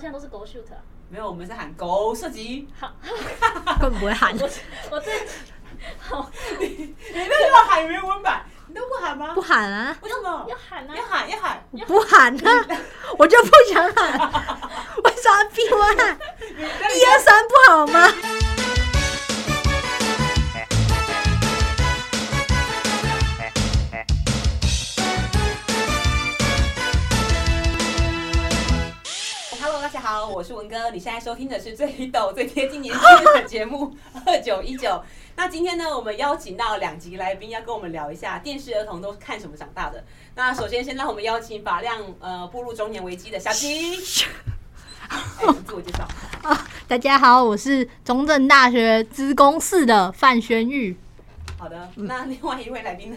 现在都是 Go Shoot 啊。没有，我们是喊狗射 击。好， 更不会喊，我我这好你那要喊原文版，你都不喊吗？不喊啊，为什么？要喊啊要！喊要喊！不喊啊，我就不想喊，为啥逼我喊？一一二三不好吗？哦 Hello，大家好，我是文哥，你现在收听的是最抖、最贴近年轻 人的节目二九一九。那今天呢，我们邀请到两集来宾，要跟我们聊一下电视儿童都看什么长大的。那首先，先让我们邀请法亮呃步入中年危机的小金， 哎自我介绍。大家好，我是中正大学资工室的范轩玉。好的，那另外一位来宾呢？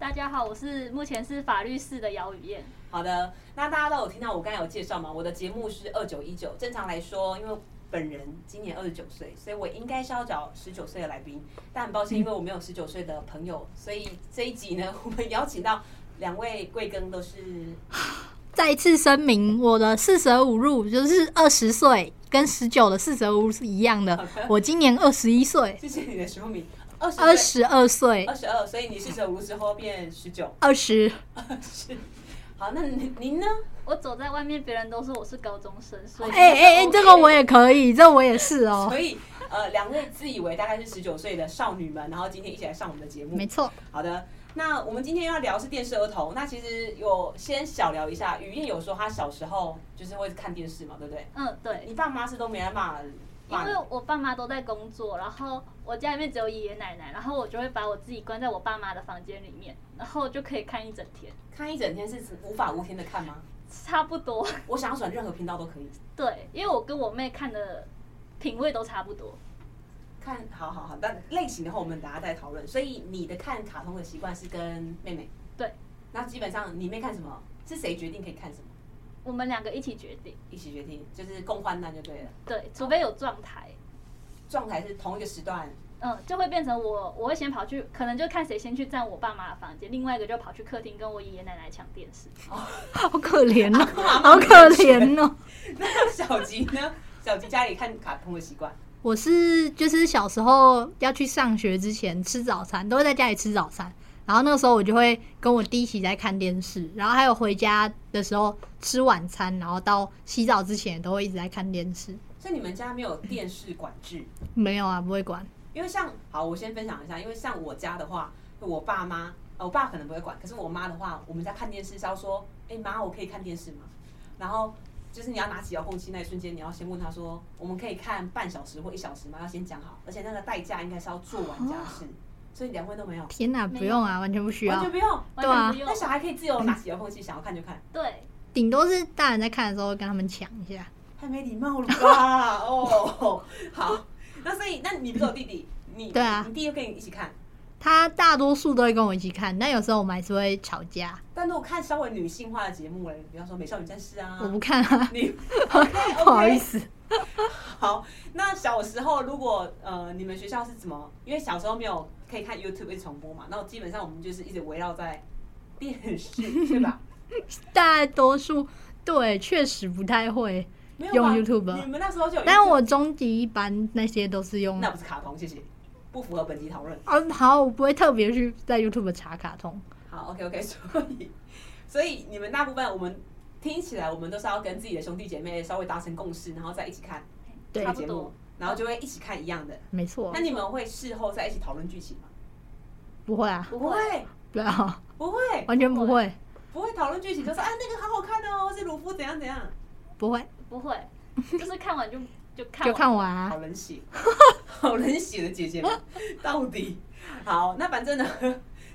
大家好，我是目前是法律系的姚雨燕。好的，那大家都有听到我刚才有介绍嘛？我的节目是二九一九，正常来说，因为本人今年二十九岁，所以我应该是要找十九岁的来宾，但很抱嗯歉，因为我没有十九岁的朋友，所以这一集呢，我 们邀请到两位贵庚都是再次声明，我的四舍五入就是二十岁，跟十九的四舍五入是一样的。我今年二十一岁，谢谢你的说明，二十二十二岁，二十二，所以你四舍五入之后变十九， 二十是。好，那您您呢？我走在外面，别人都说我是高中生，所以哎哎哎，这个我也也可以，这我也是哦所，以呃，两位自以为大概是十九岁的少女们，然后今天一起来上我们的节目，没 错。好的，那我们今天要聊是电视儿童。那其实有先小聊一下，雨燕有说她小时候就是会看电视嘛，对不对？嗯对，你爸妈是都没办法骂因你为我爸妈都在工作，然后我家里面只有爷爷奶奶，然后我就会把我自己关在我爸妈的房间里面，然后就可以看一整天，看一整天是无法无天的看吗？差不多。我想要转任何频道都可以对，因为我跟我妹看的品味都差不多。看，好好好。但类型的话，我们等下再讨论。所以你的看卡通的习惯是跟妹妹对，那基本上你妹看什么，是谁决定可以看什么，我们两个一起决定，一起决定，就是共患难就对了。对，除非有撞台，状态是同一个时段，嗯，就会变成我，我会先跑去，可能就看谁先去占我爸妈的房间，另外一个就跑去客厅跟我爷爷奶奶抢电视。好可怜 哦，好可怜哦。那小吉呢？小吉家里看卡通的习惯。我是就是小时候要去上学之前吃早餐，都会在家里吃早餐。然后那个时候我就会跟我弟一起在看电视，然后还有回家的时候吃晚餐，然后到洗澡之前都会一直在看电视。所以你们家没有电视管制？没有啊，不会管。因为像好，我先分享一下，因为像我家的话，我爸妈，呃我爸可能不会管，可是我妈的话，我们家看电视是要说，哎、妈，我可以看电视吗？然后就是你要拿起遥控器那一瞬间，你要先问他说，我们可以看半小时或一小时吗？要先讲好，而且那个代价应该是要做完家事，所以两位都没有，天哪，没有不用啊，完全不哦需完要全。不用。完全啊不用那小孩可以自由拿起遥控器，想要看就看，对，顶多是大人在看的时候会跟他们抢一下。太没礼貌了 吧？哦，好，那所以那你不是有弟弟，你对啊你弟又跟你一起看。他大多数都会跟我一起看，但有时候我们还是会吵架。但如果看稍微女性化的节目嘞，比方说《美少女战士》嗯啊，我不看啊， 你 不好意思。好。那小时候如果呃，你们学校是怎么？因为小时候没有可以看 YouTube 一直重播嘛，然后基本上我们就是一直围绕在电视，对 吧？大多数对，确实不太会。没有用吧 YouTube 你们那时候就有 YouTube，但我终极一般那些都是用那不是卡通，谢谢，不符合本集讨论。啊，好，我不会特别去在 YouTube 查卡通。好，OK OK，所以 所以你们大部分我们听起来，我们都是要跟自己的兄弟姐妹稍微达成共识，然后再一起看对差节不目多。，然后就会一起看一样的。没错那，你们会事后再一起讨论剧情吗？不会啊，不不会，会，对啊，不会， 完全不不会，不会讨论剧情，就是啊那个好好看哦，或是鲁夫怎样怎样，不会，不会，就是看完就就看就完。看完啊。好冷血，好冷血的姐姐们，到底好那反正呢，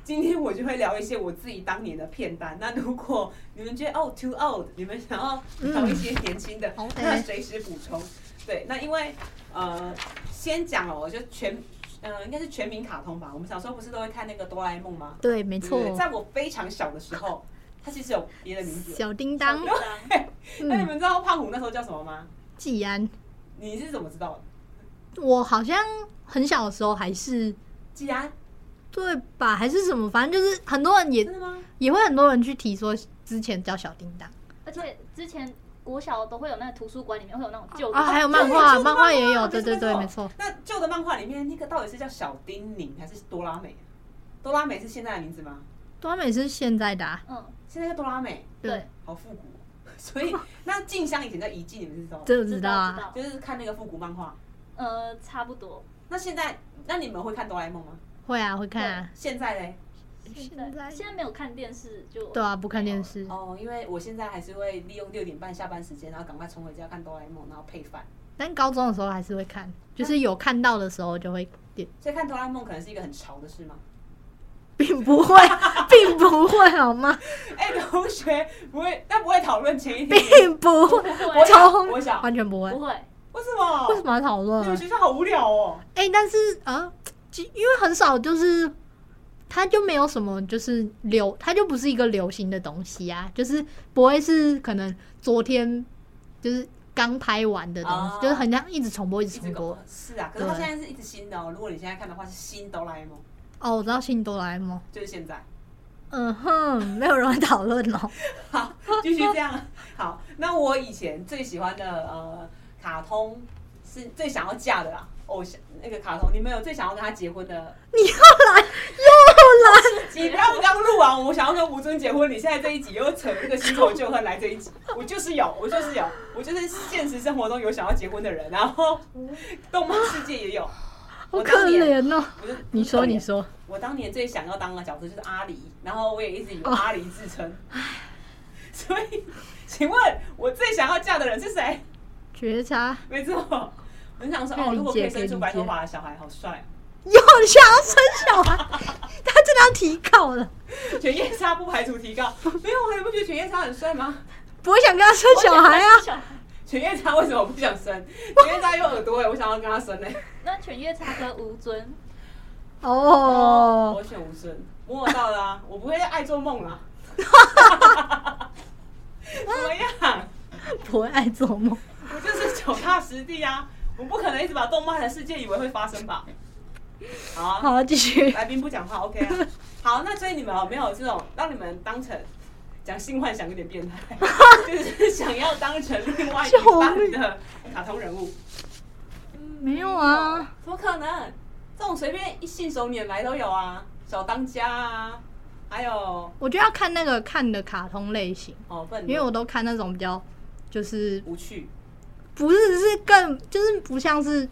今天我就会聊一些我自己当年的片单。那如果你们觉得哦 too old，你们想要找一些年轻的， OK 那随时补充。对，那因为呃，先讲哦，就全。呃，应该是全民卡通吧。我们小时候不是都会看那个哆啦 A 梦吗？对，没错对，不对在我非常小的时候， 它其实有别的名字，小叮当，小叮当那哎你嗯，们知道胖虎那时候叫什么吗？季安，你是怎么知道的？我好像很小的时候还是季安，对吧，还是什么，反正就是很多人也真的吗？也会很多人去提说之前叫小叮当，而且之前国小都会有那个图书馆里面会有那种旧的啊，还有漫就画，是漫画也有，没错对对对，没没错。那旧的漫画里面那个到底是叫小叮咛还是哆啦美？哆啦美是现在的名字吗？多美是现在的、啊，嗯，现在叫哆啦美，对，好复古哦。 所以那静香以前叫遗迹，你们是 知道的，这我知道知啊。道就是看那个复古漫画。呃，差不多。那现在那你们会看哆啦 A 梦吗？会啊，会看啊。现在嘞？现在在现在没有看电视就 对啊，不看电视。哦，因为我现在还是会利用六点半下班时间，然后赶快冲回家看哆啦 A 梦，然后配饭。但高中的时候还是会看，就是有看到的时候就会点， 所以看哆啦 A 梦可能是一个很潮的事吗？ 并不会， 并不会好吗？哎、同学不会，但不会讨论前一 天。 并不会，会我想从我 想完全不会不。会，为什么？为什么要讨你论们啊？学校好无聊哦。哎、但是啊，其因为很少，就是它就没有什么，就是流，它就不是一个流行的东西啊，就是不会是可能昨天就是刚拍完的东西，哦就是很像一直重啊播，一直一直重播搞。是啊，可是它对现在是一直新的哦。如果你现在看的话，是新哆啦 A 梦，哦，我知道新哆啦 A 梦，就是现 在。嗯哼，没有人会讨论哦。好，继续这样。好，那我以前最喜欢的呃卡通是最想要嫁的啦，偶像那个卡通，你们有最想要跟他结婚的？你又来又来！你不要我刚录完，我想要跟吴尊结婚，你现在这一集又扯这个新仇旧恨来这一集，我就是有，我就是有，我就是现实生活中有想要结婚的人，然后动漫世界也有。嗯好我可当年怜哦！不是，你说，你说，我当年最想要当的角色就是阿狸，然后我也一直哦以阿狸自称。所以，请问我最想要嫁的人是谁？觉察没错，我很想说可以哦，如果可理解以生可以出理白头解发的小孩，好帅又想要生小孩，他真的要提高了。哦！犬夜叉不排除提高，没有，你不觉得犬夜叉很帅吗？不会想跟他生小孩 啊？小犬夜叉为什么不想 生？犬夜叉有耳朵哎，我想要跟他生哎。那犬夜叉跟吴尊，哦，我选吴尊，摸得到啦、 我不会爱做梦啦。怎么样？不会爱做梦。我就是脚踏实地啊，我不可能一直把动漫的世界以为会发生吧？好啊、好，继续。来宾不讲话，OK 啊。好，那所以你们有没有这种让你们当成讲性幻想有点变 态，就是想要当成另外一半的卡通人物？没有啊，怎么可能？这种随便一信手拈来都有啊，小当家啊，还有我就要看那个看的卡通类型，哦，笨因为我都看那种比较，就是无趣。不是是更就是不像是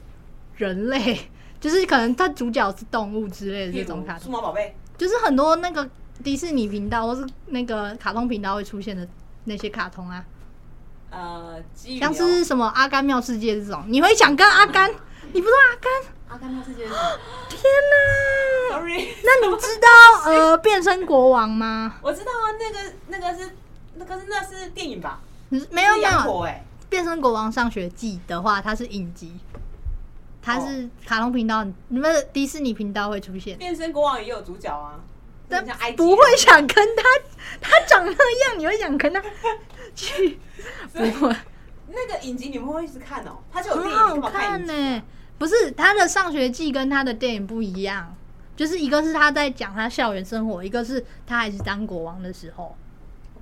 人类，就是可能它主角是动物之类的例这如种卡数通，码宝贝，就是很多那个迪士尼频道或是那个卡通频道会出现的那些卡通啊，呃，基于像是什么《阿甘妙世界》这种，你会想跟阿甘？你不知道阿甘？阿甘妙啊世界 天哪！ ，sorry，那你知道呃变身国王吗？ 我知道啊，那个那个是那个是那是电影吧？没有是没杨有，火哎，变身国王上学记的话，它是影集，它是卡通频道，你们的迪士尼频道会出现，哦变身国王也有主角啊，但很像啊埃及不人会想跟他，他长那样，你会想跟他 去？不会，那个影集你们会一直看哦，它就有电很影，你干好嘛看看影呢、集？啊不是他的上学记跟他的电影不一样，就是一个是他在讲他校园生活，一个是他还是当国王的时候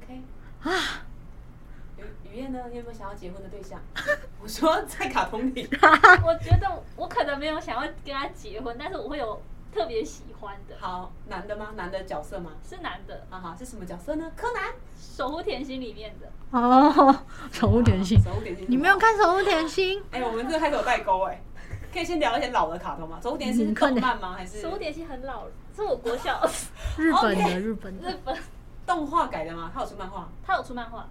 OK，啊。雨雨燕呢？你有没有想要结婚的对象？ 我说在卡通里， 我觉得我可能没有想要跟他结婚，但是我会有特别喜欢的，好，男的吗？男的角色吗？是男的，啊哈，是什么角色呢？柯南，守护甜心里面的，哦，宠物甜心，守护啊点心， 你没有？看宠物甜心？哎，我们这个开始有代沟哎，可以先聊一些老的卡通吗？守护点心是嗯你看动的漫吗？还是守护甜心很老了，是我国小 日本 OK 的，日本日的，本，动画改的吗？它有出漫画？他有出漫画，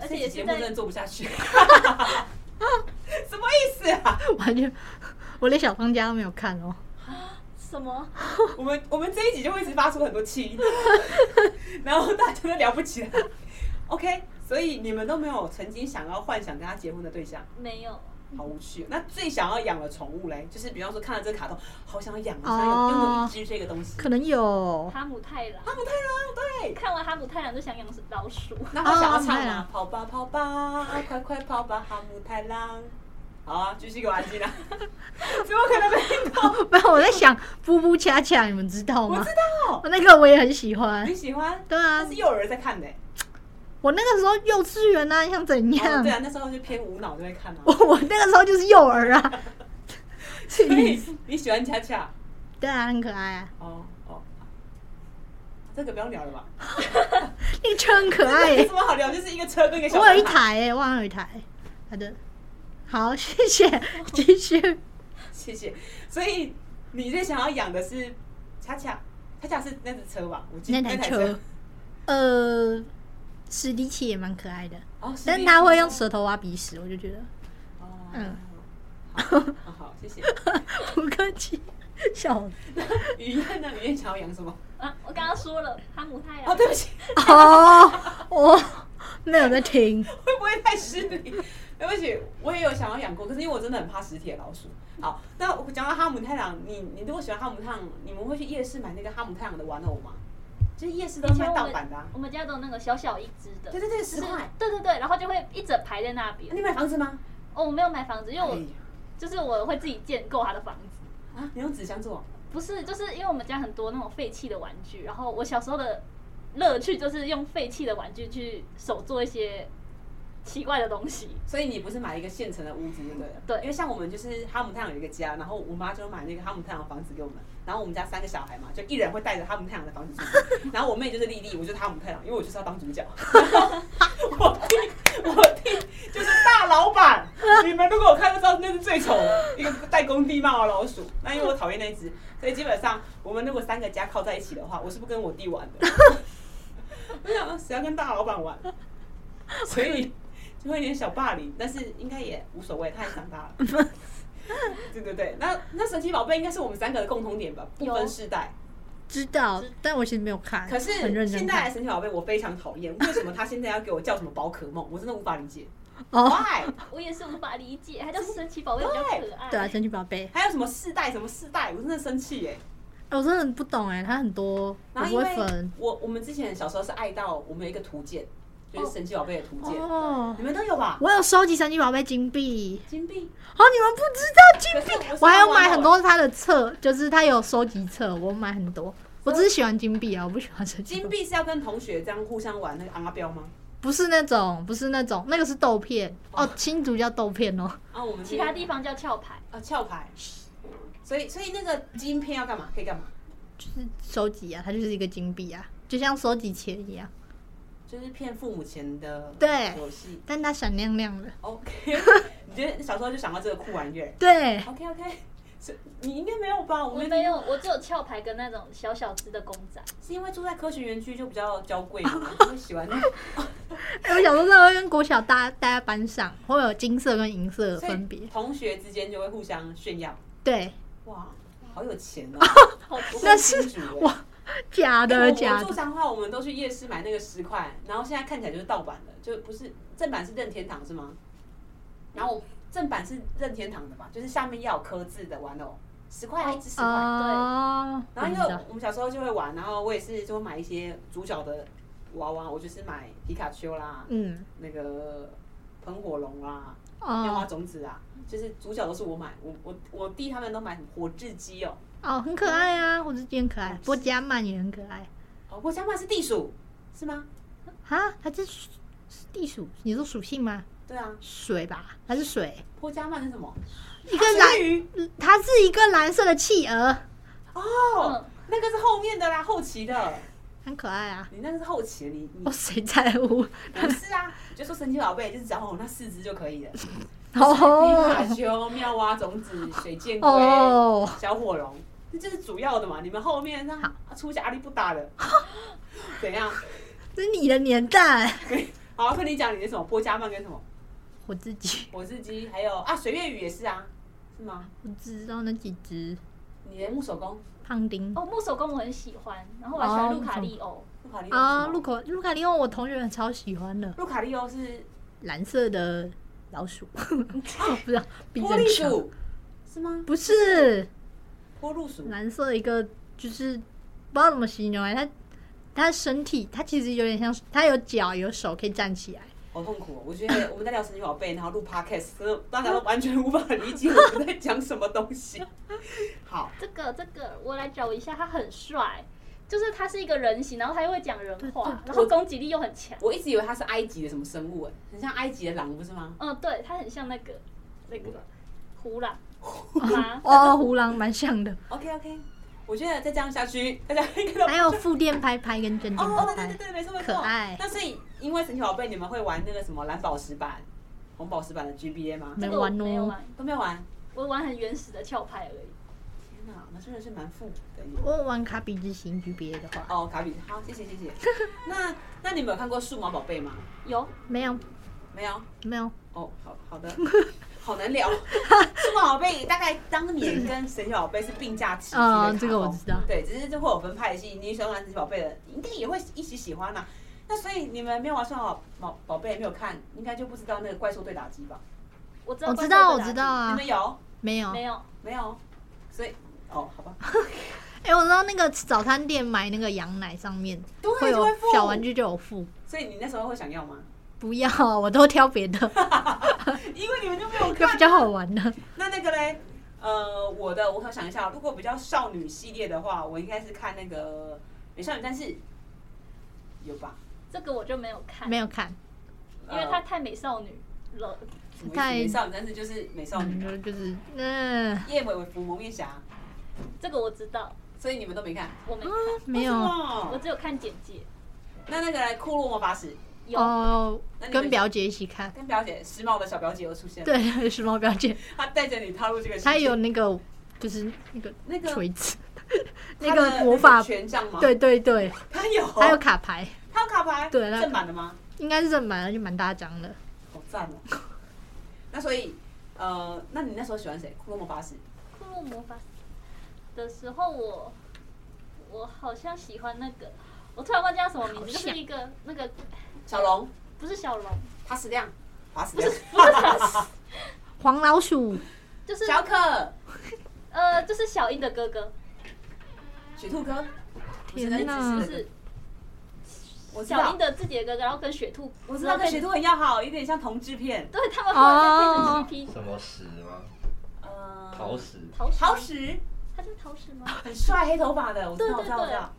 而且也这期节是目真在的做不下去，什么意思啊？完全，我连小当家都没有看哦。什么？我们我们这一集就会一直发出很多气，然后大家都聊不起来。OK，所以你们都没有曾经想要幻想跟他结婚的对象，没有，好无趣哦。那最想要养的宠物嘞，就是比方说看了这个卡通，好想要养，啊好想要拥有一只这个东西。哦可能有，哈姆太郎。哈姆太郎，对。看完哈姆太郎就想养老鼠， 那他想要哦哈姆唱太吗郎？跑吧跑吧，啊快快跑吧，哈姆太郎。好啊，继续给我安 静啦。怎么可能没听到？哦没有我在想布布恰恰，你们知道我吗知？道，哎那个我也很喜欢你。喜欢？对啊但是，又有人在看呢、我那个时候幼稚园啊，你想怎样？哦对啊，那时候就偏无脑就会看啊。 我我那个时候就是幼儿 啊，所以你喜欢恰恰？对啊，很可爱啊，哦哦，这个不用聊了吧？那个车很可爱耶、有什么好聊？就是一个车跟一个小。我有一。台耶、我好像有一台。好的，好，谢谢，继续。谢谢。所以你最想要养的是恰恰，恰恰是那只车吧？我记得那台台车。，呃，史迪奇也蛮可爱的，哦，是但绿是他色会的用舌头挖鼻屎，我就觉得哦嗯好， 好好，谢谢。不客气，笑雨燕呢？雨燕想要养什么？啊，我刚刚说了，哈姆太 哦，阳。对不起， 哦，我没有在听，会不会太失礼？ 对不起，我也有想要养过，可是因为我真的很怕实体的老鼠。好，那我讲到哈姆太郎，你你如果喜欢哈姆太郎，你们会去夜市买那个哈姆太郎的玩偶吗？就是夜市都以卖前我盗们版的、啊。我们家都有那个小小一只的，对对对，就十是块。啊对对对，然后就会一整排在那边。你买房子吗？哦，我没有买房子，因为我、哎呀就是我会自己建构他的房子。啊，你用纸箱做？不是，就是因为我们家很多那种废弃的玩具，然后我小时候的乐趣就是用废弃的玩具去手做一些奇怪的东西。所以你不是买一个现成的屋子，对不对？对因为像我们就是哈姆太郎有一个家，然后我妈就买那个哈姆太郎的房子给我们，然后我们家三个小孩嘛，就一人会带着哈姆太郎的房子住。然后我妹就是丽丽，我就是哈姆太郎，因为我就是要当主角。我弟，我弟就是大老板。你们如果有看就知道那是最丑的一个戴工地帽的老鼠。那因为我讨厌那一只，所以基本上我们如果三个家靠在一起的话，我是不跟我弟玩的。我想说谁要跟大老板玩？所以就会有点小霸凌，但是应该也无所谓，他也长 大了。对对对，那那神奇宝贝应该是我们三个的共同点吧，不有分世代。知道，但我其实没有看，可是啊很认真现在的看。神奇宝贝我非常讨厌，为什么他现在要给我叫什么宝可梦？我真的无法理解。哦， Why？ 我也是无法理 解，它叫神奇宝贝比较可爱。对啊，神奇宝贝，还有什么世代什么世代？我真的生气耶、哎我真的很不懂哎，它很多，我然后不因会为分我我们之前小时候是爱到我们有一个图鉴，就是神奇宝贝的图鉴，哦你。们都有吧？我有收集神奇宝贝金币，金币，哦，你们不知道金可是币，是我还有玩哦买偶很多它的册，就是它有收集册，我买很多。我只是喜欢金币啊，我不喜欢神奇金宝贝币是要跟同学这样互相玩那个阿标吗？不是那种，不是那种，那个是豆片哦哦，新竹叫豆片哦。啊，我们其他地方叫壳牌，啊壳牌，所以所以那个金片要干嘛？可以干嘛？就是收集啊，它就是一个金币啊，就像收集钱一样，就是骗父母钱的对游戏。但它闪亮亮的。 OK，你觉得小时候就想到这个酷玩意儿对，哎？OK OK，是你应该没有吧？我我们没有，，我只有壳牌跟那种小小只的公仔。是因为住在科学园区就比较娇贵 嘛，就会喜欢那个。哎、我小时候真的会跟国小大大家班上会有金色跟银色的所以分别。同学之间就会互相炫耀，对，哇，好有钱 哦！好不愧那是金主欸欸假我的假我住的，彰化，我们都去夜市买那个十块，然后现在看起来就是盗版的，就不是正版是任天堂是吗？然后正版是任天堂的嘛，就是下面要有刻字的玩偶，十块一只十块。哦，然后因不知为道我们小时候就会玩，然后我也是就会买一些主角的娃娃，我就是买皮卡丘啦，嗯那个喷火龙啦，妙蛙哦种子啊，就是主角都是我买，我我我弟他们都买什么火炙鸡哦，哦，很可爱啊，我之前很可爱，不过加曼也很可爱哦，我想买是地鼠是吗？啊。它是属是地属，你说属性吗？对啊，水吧，它是水，波加曼是什么？一个啊水鱼蓝，它是一个蓝色的企鹅，哦嗯，那个是后面的啦，后期的。很可爱啊。你那个是后期的，你你哦，谁在乎？不是啊？你就说神奇宝贝就是只要有那四只就可以了。皮卡哦丘、妙蛙啊种子、水箭龟、 哦，小火龙，这就是主要的嘛。你们后面让好出一些阿力不打的，怎样？这是你的年代，好，跟你讲你的什么波加曼跟什么我自己火字鸡，还有啊水月雨也是啊，是吗？我只知道那几只你的木手工胖丁哦，木手工我很喜欢，然后我还喜欢路卡利欧。路卡利欧啊，是路吗口路卡利欧，我同学们超喜欢的，路卡利欧哦是蓝色的老鼠， 不知道鼻子波很利长，鼠是吗？不是波路鼠蓝色一个，就是不知道怎么形容哎，它它身体它其实有点像，它有脚有手可以站起来，好痛苦、哦！我觉得我们在聊神奇宝贝，然后录 podcast，真的大家都完全无法理解我们在 讲什么东西。好，这个这个，我来找一下，他很帅。就是它是一个人形，然后它又会讲人对话对，然后攻击力又很强。我一直以为它是埃及的什么生物、哎，很像埃及的狼，不是吗？嗯，对，它很像那个那个胡狼哦啊吗？哦，胡狼蛮像的， OK OK，我觉得再这样下去，大家会看到还有腹垫拍拍跟正垫哦，对拍对对拍，对，没错没可错。爱那所以因为神奇宝贝，你们会玩那个什么蓝宝石版、红宝石版的 GBA 吗？没这个我玩没有哦。玩，都没有玩。我玩很原始的壳牌而已。天哪，那真的是蛮复古的耶。我有玩卡比之行 GBA 的话，哦，卡比，好，谢谢谢 谢。那那你们有看过数码宝贝吗？有，没有没有。没有，哦，好好 的，好难聊。数码宝贝大概当年跟神奇宝贝是并驾齐驱的卡哦嗯、通这个我知道。对，只是就会有分派系，你喜欢玩神奇宝贝的，应该也会一起喜欢嘛、啊那所以你们没有玩数码宝宝贝，没有看，应该就不知道那个怪兽对打机吧？我知道我怪知兽道我对打哦知击道你啊们，有没有。没有，没有？所以哦，好吧，哎、我知道那个早餐店买那个羊奶上面会对，就有会付小玩。具就有附，所以你那时候会想要吗？不要，我都挑 别的，因为你们就没有就看比较好玩的。那那个嘞，呃，我的我想一下，如果比较少女系列的话，我应该是看那个《美少女战士》，有吧？这个我就没有看，没有看，因为它呃太美少女了。什么意思太美少女战士就是美少嗯，女嘛，就就是嗯、叶伟伟服蒙面侠，这个我知道，所以你们都没看，我没啊看，，没有为什我么只有看简介。那那个嘞，库洛魔法使有，哦那，你们跟表姐一起看，跟表姐时髦的小表姐又出现了，对， 时髦表姐， 她带着你踏入这个世界，她有那个就是那个那个锤子，她那的个魔法，权杖吗？，对对对，她有，还有卡牌，她有卡牌，对那正版的吗？应该是正版的，就蛮大张的。好赞哦！那所以，呃，那你那时候喜欢谁？库洛魔法使？库洛魔法的时候我，我好像喜欢那个，我突然忘记他什么名字，好就像是一个那个小龙，不是小龙，他死亮，他死亮，黄老鼠，就是小可，呃，就是小樱的哥哥，雪兔哥，天哪不就那一只是我知小道樱，的自己的哥哥，然后跟雪兔，我知道跟雪兔很要好，有点像同志片。对他们后来哦就变成 CP，什么石吗？呃，桃石。桃桃石，石他是桃石吗？很帅，黑头发的，我知道，我对对知道，我知对道。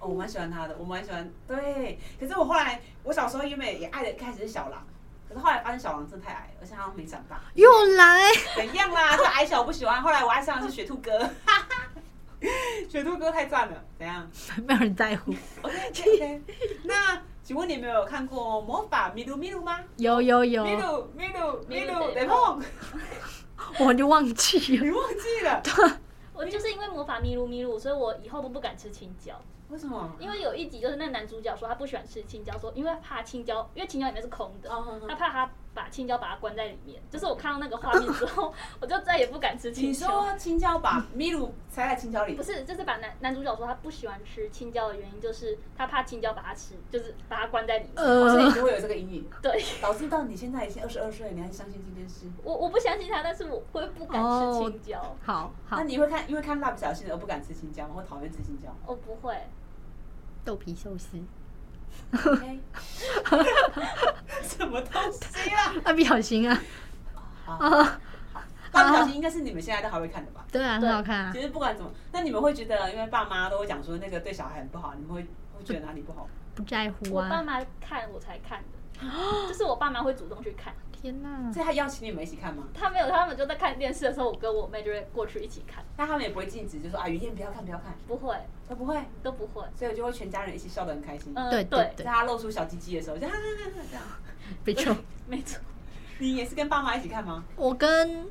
哦，我蛮喜欢他的，我蛮喜欢。对，可是我后来，我小时候原本也爱的，一开始是小狼，可是后来发现小狼真的太矮，而且他好像没长大。又来， 怎样啦？这矮小我不喜欢。后来我爱上的是雪兔哥， 哈哈雪兔哥太赞了。怎样没有人在乎。 ？OK OK。那请问你们有看过魔法咪噜咪噜吗？有有哦有，咪噜咪噜咪咪噜噜雷梦，我就忘记 了。你忘记 了？我就是因为魔法咪噜咪噜，所以我以后都不敢吃青椒，为什么？因为有一集就是那男主角说他不喜欢吃青椒，说因为怕青椒，因为青椒里面是空的，哦他怕他把青椒把它关在里面。就是我看到那个画面之后， 我就再也不敢吃青你椒。说青椒把咪噜塞在青椒里嗯不，是，就是把男男主角说他不喜欢吃青椒的原因，就是他怕青椒把它吃，就是把它关在里面。哦所以你呃，就会有这个阴影，对导致到你现在已经二十二岁，你还是相信这件事？我我不相信他，但是我会不敢哦吃青椒。好那好，你会看，因为看蜡笔小新而不敢吃 青椒吗？会讨厌吃青椒我哦不会，豆皮寿司， ？OK，什么东西 啦？蜡笔小新啊， 好啊，蜡笔小新应该是你们现在都还会看的吧？对啊，对很好看啊其。实不管怎么，那你们会觉得，因为爸妈都会讲说那个对小孩很不好，你们会会觉得哪里不好？不在乎我爸啊。妈看我才看的， 就是我爸妈会主动去看。天哪，所以他邀请你们一起看吗？他没有，他们就在看电视的时候，我跟我妹就会过去一起看。但他们也不会禁止，就说啊，雨燕不要看，不要看，不会，都不会，都不会。所以我就会全家人一起笑得很开心。嗯、对对对，在对，他露出小鸡鸡的时候，就哈哈哈哈这样。没错。没错。你也是跟爸妈一起看吗？我跟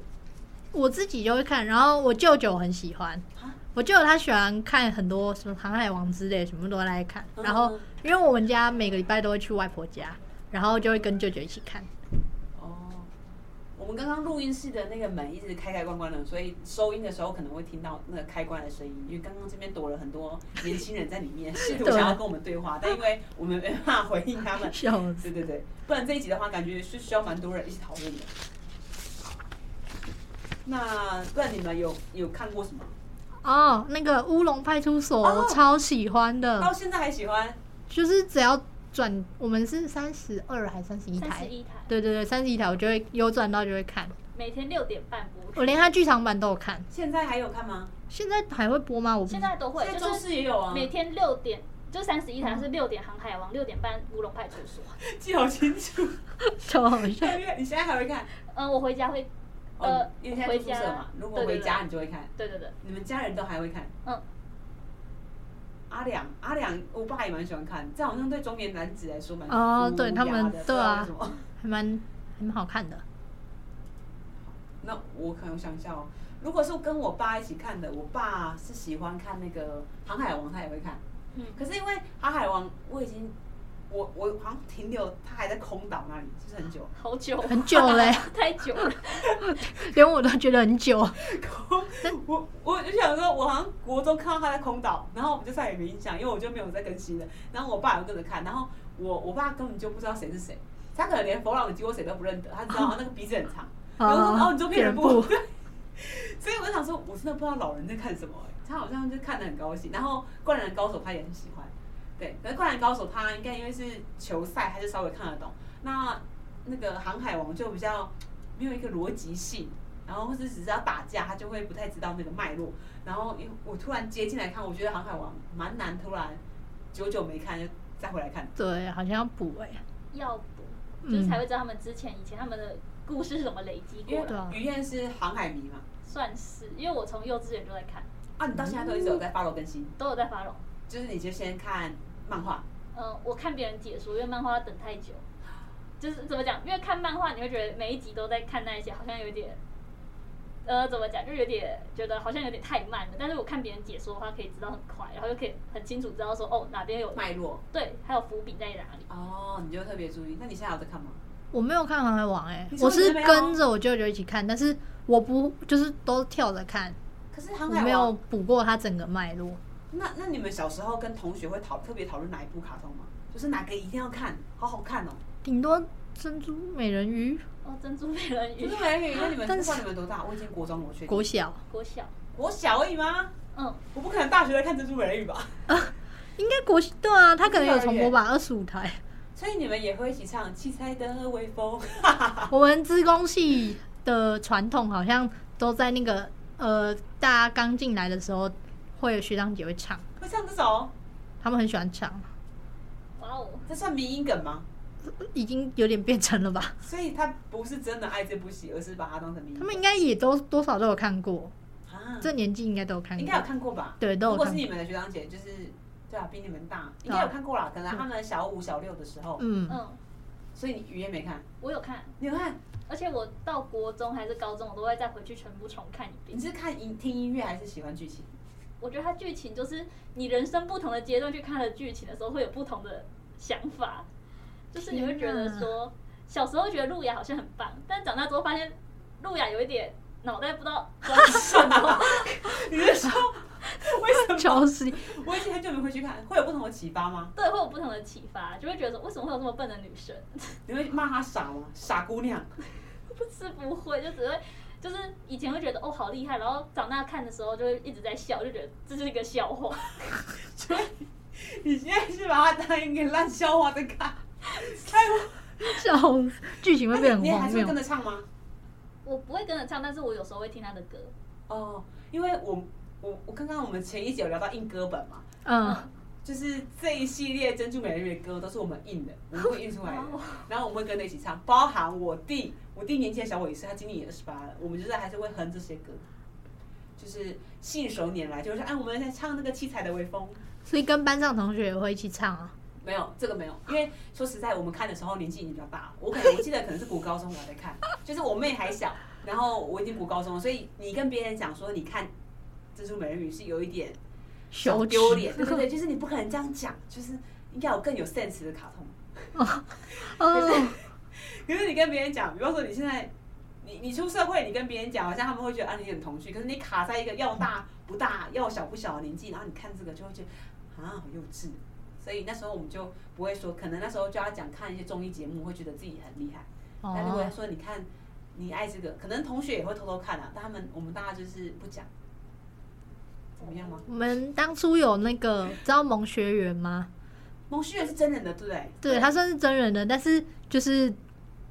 我自己就会看，然后我舅舅很喜欢啊。我舅舅他喜欢看很多什么《航海王》之类，什么都来看。嗯 然后，因为我们家每个礼拜都会去外婆家，然后就会跟舅舅一起看。 哦，我们刚刚录音室的那个门一直开开关关的，所以收音的时候可能会听到那个开关的声音，因为刚刚这边躲了很多年轻人在里面，试图 对想要跟我们对话，但因为我们没办法回应他们，笑死！对对对，不然这一集的话，感觉是需要蛮多人一起讨论的。那不然你们有有看过什么？哦，那个《乌龙派出所》哦我超喜欢嗯的，到现在还喜欢？就是只要转，我们是三十二还三十一三台十，一台，对对对，三十一台我就会有转到就会看。每天六点半播出。我连他剧场版都有看。现在还有看吗？现在还会播吗？我不现在都会，现在就周是四也有啊，每天六点，就三十一嗯台是六点《航海王》，六点半《乌龙派出所》。记好 清楚。哦超好笑。你现在还会看？嗯，我回家会，哦呃，因为现在回住宿舍嘛家，如果回家你就会看。对对对，你们家人都还会看？嗯，阿良，阿良，我爸也蛮喜欢看，这好像对中年男子来说蛮哦舒对压他们的不知对道啊为什么还蛮还蛮好看的。那我可能想一下哦，如果是跟我爸一起看的，我爸是喜欢看那个《航海王》，他也会看。嗯可是因为《航海王》，我已经我我好像停留，他还在空岛那里，就是很久。好久哦，很久欸嘞太久 了。连我都觉得 很久。空， 我我就想说，我好像国中看到他在空岛，然后我就再也没印象，因为我就没有再更新了。然后我爸有跟着看，然后我我爸根本就不知道谁是谁，他可能连弗朗的基我谁都不认得，他只知道哦那个鼻子很长，然后说哦你做骗人布，对。 所以我就想说，我真的不知道老人在看什么、欸他好像就看得很高兴。然后《灌篮高手》他也很喜欢，对，可是《灌篮高手》他应该因为是球赛，他就稍微看得懂。那那个《航海王》就比较没有一个逻辑性，然后或是只是要打架，他就会不太知道那个脉络。然后因为我突然接进来看，我觉得《航海王》蛮难，突然久久没看就再回来看。对，好像要补哎、要补，嗯就是才会知道他们之前以前他们的故事是怎么累积因过为的，对啊于燕是航海迷嘛，算是。因为我从幼稚园就在看，啊，你到现在都一直嗯有在 follow 更新，都有在发龙。就是你就先看漫画，嗯，我看别人解说，因为漫画要等太久。就是怎么讲？因为看漫画，你会觉得每一集都在看那一些，好像有点，呃，怎么讲？就有点觉得好像有点太慢了。但是我看别人解说的话，可以知道很快，然后又可以很清楚知道说，哦，哪边有脉络。对，还有伏笔在哪里。哦，你就特别注意。那你现在有在看吗？我没有看《航海王、欸》哎你，是我不是是没有跟着我舅舅一起看，但是我不就是都跳着看，可是我航海没有王，补过它整个脉络。那那你们小时候跟同学会讨特别讨论哪一部卡通吗？就是哪个一定要看，好好看哦。顶多珍珠美人鱼哦，珍珠美人可鱼是，美人鱼，那你们但不是管你们多 大，我已经国中了，我确定。国小国小，国小而已吗？嗯，我不可能大学在看珍珠美人鱼吧？应该国对啊，它可能有重播幼吧，二十五台。所以你们也会一起唱《七彩的微风》 我们资工系的传统好像都在那个呃，大家刚进来的时候，会有学长姐会唱，会唱这首，他们很喜欢唱，哇哦，这算迷音梗吗？已经有点变成了吧？所以他不是真的爱这部戏，而是把它当成迷音他梗。们应该也都多少都有看过，啊，这年纪应该都有看应过该。有看过吧？对都有如果是看你们的学长姐，就是对啊，比你们大，应对啊该有看过啦。可能他们小五、小六的时候，嗯，嗯，所以你语言没看，我有看，你有看？而且我到国中还是高中，我都会再回去全部重看一遍你。是看音听音乐还是喜欢剧情？ 我觉得它剧情就是你人生不同的阶段去看了剧情的时候，会有不同的想法，就是你会觉得说，小时候觉得路亚好像很棒，但长大之后发现路亚有一点脑袋不知道装什么， 你是说为什么？超市我已经很久没回去看，会有不同的启发吗？对，会有不同的启发，就会觉得说，为什么会有这么笨的女生？你会骂她傻吗？傻姑娘，不是不会，就只会。就是以前会觉得哦好厉害，然后长大看的时候就会一直在笑，就觉得这是一个笑话。你现在是把她当一个烂笑话在 看？太荒笑死，剧情会变得你很还荒是会跟谬。着唱吗？ 我不会跟着唱，但是我有时候会听他的歌。哦，因为我我我刚刚我们前一集有聊到印歌本嘛，嗯，就是这一系列珍珠美人鱼的歌都是我们印的，我们会印出来的哦，然后我们会跟着一起唱，包含我弟，我弟年纪的小我也是，他今年也二十八了，我们就是还是会哼这些歌，就是信手拈来，就是哎，我们在唱那个七彩的微风，所以跟班上同学也会一起唱啊。没有这个没有，因为说实在，我们看的时候年纪已经比较大了，我可能我记得可能是国高中我还在看，就是我妹还小，然后我已经国高中了，所以你跟别人讲说你看珍珠美人鱼是有一点小羞耻啊丢脸，对对对，就是你不可能这样讲，就是应该有更有 sense 的卡通。哦，可是你跟别人讲，比方说你现在，你你出社会，你跟别人讲，好像他们会觉得啊你很童趣，可是你卡在一个要大不大、要小不小的年纪，然后你看这个就会觉得啊好幼稚。所以那时候我们就不会说，可能那时候就要讲看一些综艺节目，会觉得自己很厉害。但如果哦，说你看你爱这个，可能同学也会偷偷看啊，但他们我们大家就是不讲，怎么样吗？我们当初有那个知道萌学园吗？蒙旭也是真人的，对不对？对，他算是真人的，但是就是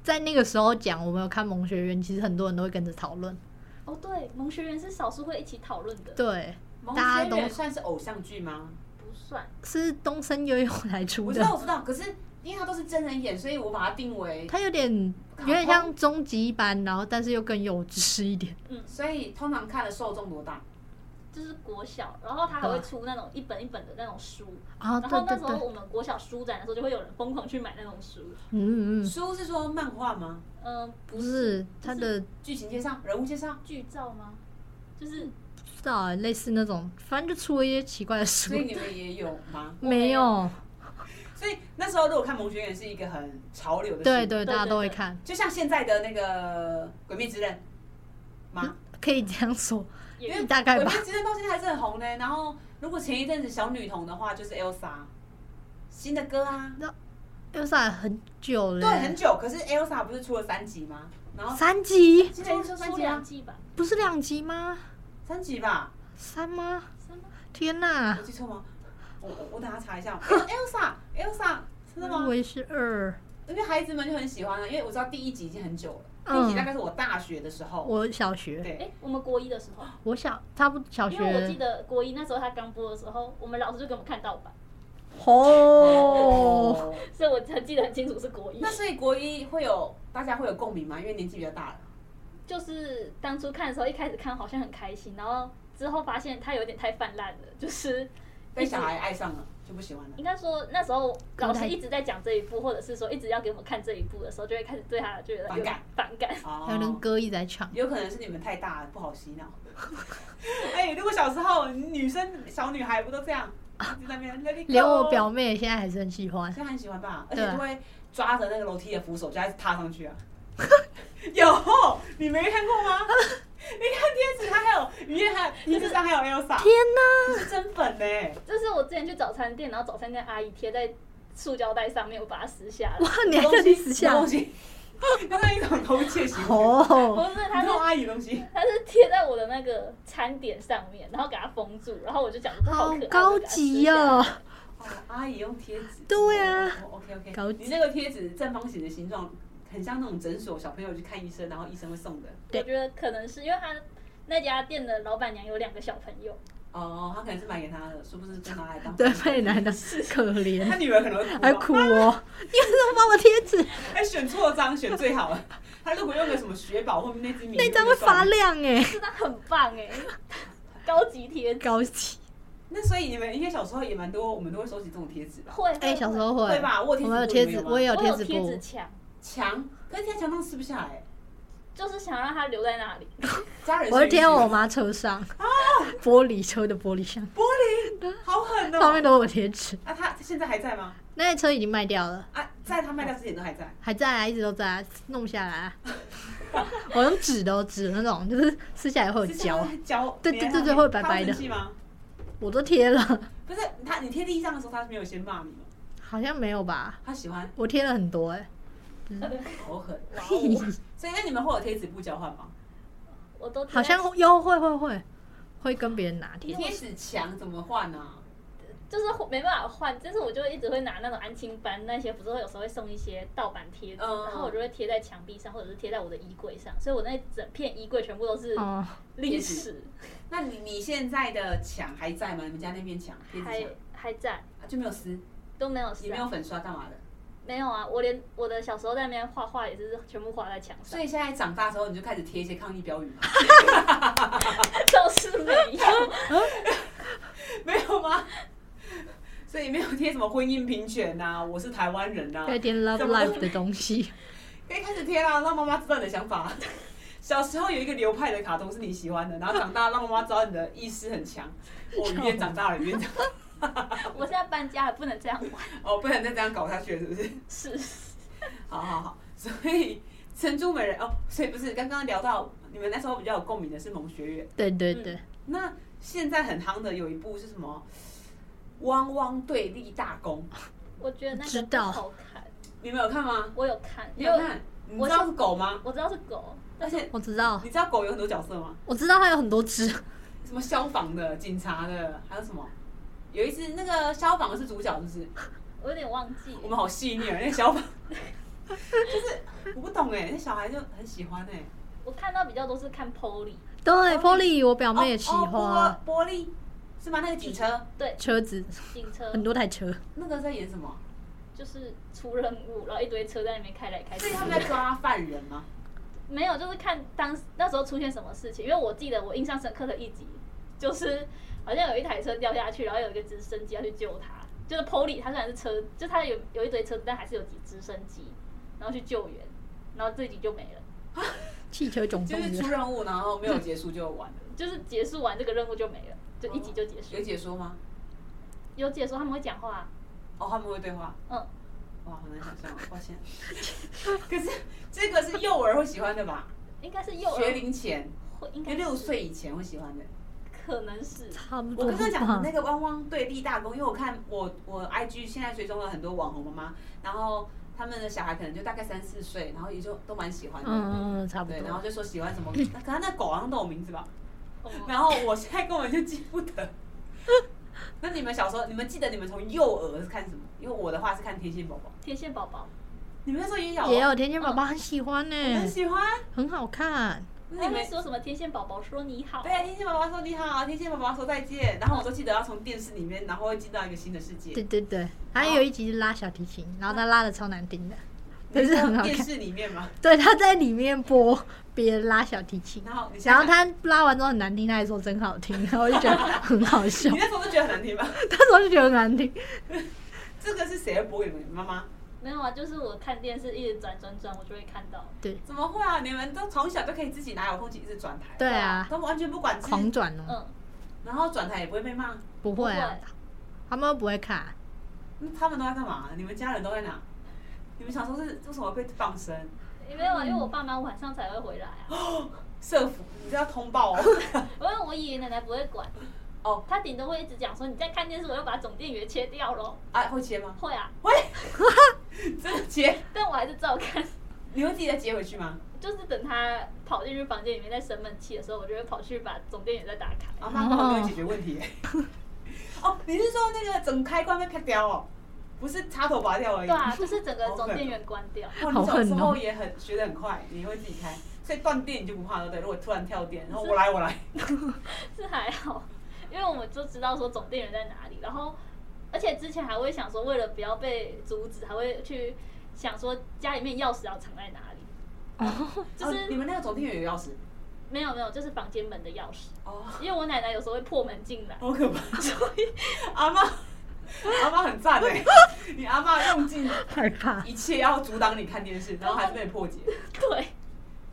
在那个时候讲我们有看《萌学园》，其实很多人都会跟着讨论。哦，对，萌学园是少数会一起讨论的，对，萌大家学都园算是偶像剧吗？不算。是东森悠悠来出我知道，的，我知道，可是因为它都是真人演，所以我把它定为，它有点有点像终极版，然后但是又更幼稚一点。所以通常看的受众多大？就是国小，然后他还会出那种一本一本的那种书，啊，然对后那对时候对，我们国小书展的时候，就会有人疯狂去买那种书。嗯嗯嗯，书是说漫画吗？嗯，不是它的剧情介绍、人物介绍，剧照吗？就是不知道欸类似那种，反正就出了一些奇怪的书所，以你们也有吗？ 没有，所以那时候如果看《萌学园》是一个很潮流的，对对，对，对大家都会对看，就像现在的那个《鬼灭之刃》吗？可以这样说，也因为大概吧鬼灭之刃到现在还是很红呢。然后如果前一阵子小女童的话，就是 Elsa 新的歌啊，又上来很久了对，欸，很久。可是 Elsa 不是出了三集吗？然后三集现在出出三出集两啊，季吧，不是两集吗？三集吧？三吗？是吗？天哪我，记错吗？我我我等下查一 下。El- Elsa Elsa 真的我以吗？为是二，因为孩子们就很喜欢啊，因为我知道第一集已经很久了，第一集大嗯，概是我大学的时候，我小学，对，哎，我们国一的时候，我小差不多小因为我记学，得国一那时候他刚播的时候，我们老师就给我们看盗版，哦，所以我才记得很清楚是国一那。所以国一会有大家会有共鸣吗？因为年纪比较大了。就是当初看的时候，一开始看好像很开心，然后之后发现它有点太泛滥了，就是被小孩爱上了就不喜欢了。应该说那时候老太师一直在讲这一部，或者是说一直要给我们看这一部的时候，就会开始对他觉得反有感反感。还有那个哦，歌一直在唱，有可能是你们太大了，不好洗脑。 哎、如果小时候女生小女孩不都这 样，一直在那边 let it go 连我表妹现在还是很喜欢，现在很喜欢吧，而对且啊就会抓着那个楼梯的扶手，就开始踏上 去啊。有，你没看过吗？你看贴纸，它还有鱼燕，还有电视上还有 Elsa，天哪，这是真粉呢、 就是我之前去早餐店，然后早餐店阿姨贴在塑胶袋上面，我把它撕下来。 哇，你还特地撕什下么，东西， 那是一种偷窃行为。不哦，是，它你是弄阿姨的东西，它是贴在我的那个餐点上面，然后给它封住，然后我就讲说好可爱，高级哦，哦，阿姨用贴纸。对啊哦，OK 高 OK。级你那个贴纸正方形的形状，很像那种诊所小朋友去看医生，然后医生会送的。我觉得可能是因为他那家店的老板娘有两个小朋友，哦，他可能是买给他的，是不是就拿来当？对，被男的可他怜，女儿可能会哭啊吧还哭哦， 你为什么把我贴纸还哎选错张，选最好了。他如果用个什么雪宝后面那只米， 那张会发。亮哎，真的很棒哎， 高级贴纸高级，那所以你们应该小时候也蛮多，我们都会收集这种贴纸吧？会 哎，小时候会会，吧？我有我们有贴纸，我也我有贴有纸贴纸布，墙，墙，可是贴在墙上撕不下来。就是想让它留在那 里。家人我会贴在我吗？妈车上， 玻璃车的玻璃上，玻璃，好狠上哦！面都有贴纸，啊，他现在还在吗？那台车已经卖掉了。啊，在他卖掉之前都还在。还在啊，一直都在啊，弄下来啊。 我用纸的哦，纸的那种，就是撕下来会有胶，胶，啊对对对对会白白的他生气吗？我都贴了， 不是他，你贴地上的时候，他没有先骂你吗？好像没有吧？他喜欢，我贴了很多哎、好狠。哇哦所以那你们会有贴纸布交换吗？我都贴 好像优惠会会会跟别人拿贴贴纸墙怎么换啊呢？就是没办法换，但是我就一直会拿那种安亲班那些，不是会有时候会送一些盗版贴纸，嗯然后我就会贴在墙壁上，或者是贴在我的衣柜上，所以我那整片衣柜全部都是哦，历史，那你你现在的墙还在吗？你们家那面墙贴纸还墙还在，啊就没有撕，都没有也撕没啊、有粉刷干嘛的。没有啊，我连我的小时候在那边画画也是全部画在墙所上，以现在长大之后，你就开始贴一些抗议标语吗？ 就是没有， 没有吗？ 所以没有贴什么婚姻平权呐、我是台湾人呐、贴点 Love 啊怎么 Life 的东 西，可以开始贴啦，让妈妈知道你的想法。 小时候有一个流派的卡通是你喜欢的，然后长大让妈妈知道你的意识 很强。我语言长大了，语言长大了我现在搬家还不能这样玩，哦，不能再这样搞下去了，是不是？是好好好，所以珍珠美人哦，所以不是刚刚聊到你们那时候比较有共鸣的是《萌学院》，对对对，嗯那现在很夯的有一部是什么？汪汪队立大功，我觉得那知个不道好看，你们有看吗？我有看，你因有为看？你我知道是狗吗？我知道是狗，而且我知道，你知道狗有很多角色吗？我知道它有很多只，什么消防的、警察的，还有什么？有一只那个消防的是主角，是不是？我有点忘记了， 我们好细腻啊，那个消防。我不懂哎，那小孩就很喜欢哎。我看到比较多是看 Polly， 对，Polly ，Polly 我表妹也喜哦欢哦玻玻璃是吗？那个警车对，车子，警车很多台车。那个在演什 么？就是出任务，然后一堆车在那边开来开去所以。他们在抓犯人吗？没有，就是看当时那时候出现什么事情。因为我记得我印象深刻的一集，就是好像有一台车掉下去，然后有一个直升机要去救他。就是 Polly，他虽然是车，就他有有一堆车，但还是有几直升机，然后去救援，然后这集就没了。汽车总 就动是出员，任务，然后没有结束就完了。就是结束完这个任务就没了，就一集就结束。有解说吗？有解说他们会讲话，哦，他们会对话。嗯，哇，好难想象，抱歉。 可是这个是幼儿会喜欢的吧？应该是幼儿学龄前，会应应该该是六，岁以前会喜欢的。可能是差不我多刚刚讲的吧那。个汪汪对立大功，因为我看我我 IG 现在追踪了很多网红妈妈，然后他们的小孩可能就大概三四岁，然后也就都蛮喜欢的。嗯嗯，嗯差不对，多。然后就说喜欢什么，可他那狗好像都有名字吧？嗯然后我现在根本就记不得。 那你们小时候，你们记得你们从幼儿是看什么？因为我的话是看《天线宝宝》，天线宝宝，你们那时候也有啊，也有甜甜宝宝很喜欢呢、很喜欢。很好看。那他们你们说什么天线宝宝说你好，对，天线宝宝说你好，天线宝宝说再见。然后我都记得要从电视里面，然后会进到一个新的世界。对对对，还有一集是拉小提琴，然后嗯他拉的超难听的，你但说是很好电看。视里面嘛，对，他在里面播别人拉小提琴，然后你现在然后他拉完之后很难听，他还说真好听，然后我就觉得很好笑 你。那时候就觉得很难听吧？他时候就觉得很难听，啊这个是谁会播给你们？妈妈？没有啊，就是我看电视一直转转转，我就会看到。怎么会啊？你们都从小就可以自己拿遥控器一直转台，对啊，他们完全不管制，狂转哦，嗯，然后转台也不会被骂。不会啊不，他们又不会看，那他们都在干嘛？你们家人都在哪？你们小时候是为什么被放生？ 也没有啊，因为我爸妈晚上才会回来啊，社服，你这要通报 哦。因为我爷爷奶奶不会管。哦，他顶多会一直讲说你在看电视，我要把总电源切掉咯。啊，会切吗？会啊，会， 真的切？但我还是照看， 你会自己再接回去吗？就是等他跑进去房间里面在生闷气的时候，我就会跑去把总电源再打开。啊，那根本没有解决 问题耶。哦，你是说那个整开关被啪掉哦？不是插头拔掉而已。对啊，就是整个总电源关掉。哇，好你小恨时哦候也很学的很快，你会自己开，所以断电你就不怕，对不对？如果突然跳电，然后我来我来， 是还好，因为我们就知道说总店员在哪里，然后而且之前还会想说，为了不要被阻止，还会去想说家里面钥匙要藏在哪里，就是、哦你们那个总电源有钥匙没有没有，就是房间门的钥匙，哦，因为我奶奶有时候会破门进哦来，好可怕！ 阿妈，阿妈很赞 哎，你阿妈用尽害怕。一切要阻挡你看电视，然后还是被破解，对，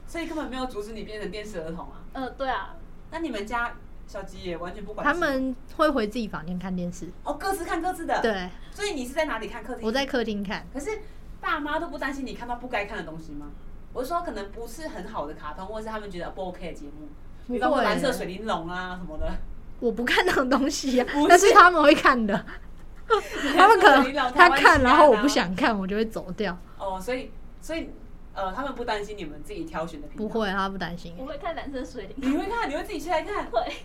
所以根本没有阻止你变成电视儿童啊。呃，对啊，那你们家小吉也完全不管事他们会回自己房间看电视，哦，各自看各自的。，对所以你是在哪里看客厅？我在客厅看，可是爸妈都不担心你看到不该看的东西吗？我是说，可能不是很好的卡通，或是他们觉得不 OK 的节目，不比方说会啊蓝色水玲珑啊什么的。我不看那种东西啊不是，但是他们会看 的，他们可蓝色水玲珑能他看，然后我不。台湾奇想看，我就会走掉。案啊哦，所以所以呃，他们不担心你们自己挑选的频道。不，会，啊他不担心我。会看蓝色水灵， 你会看，你会自己去来看。会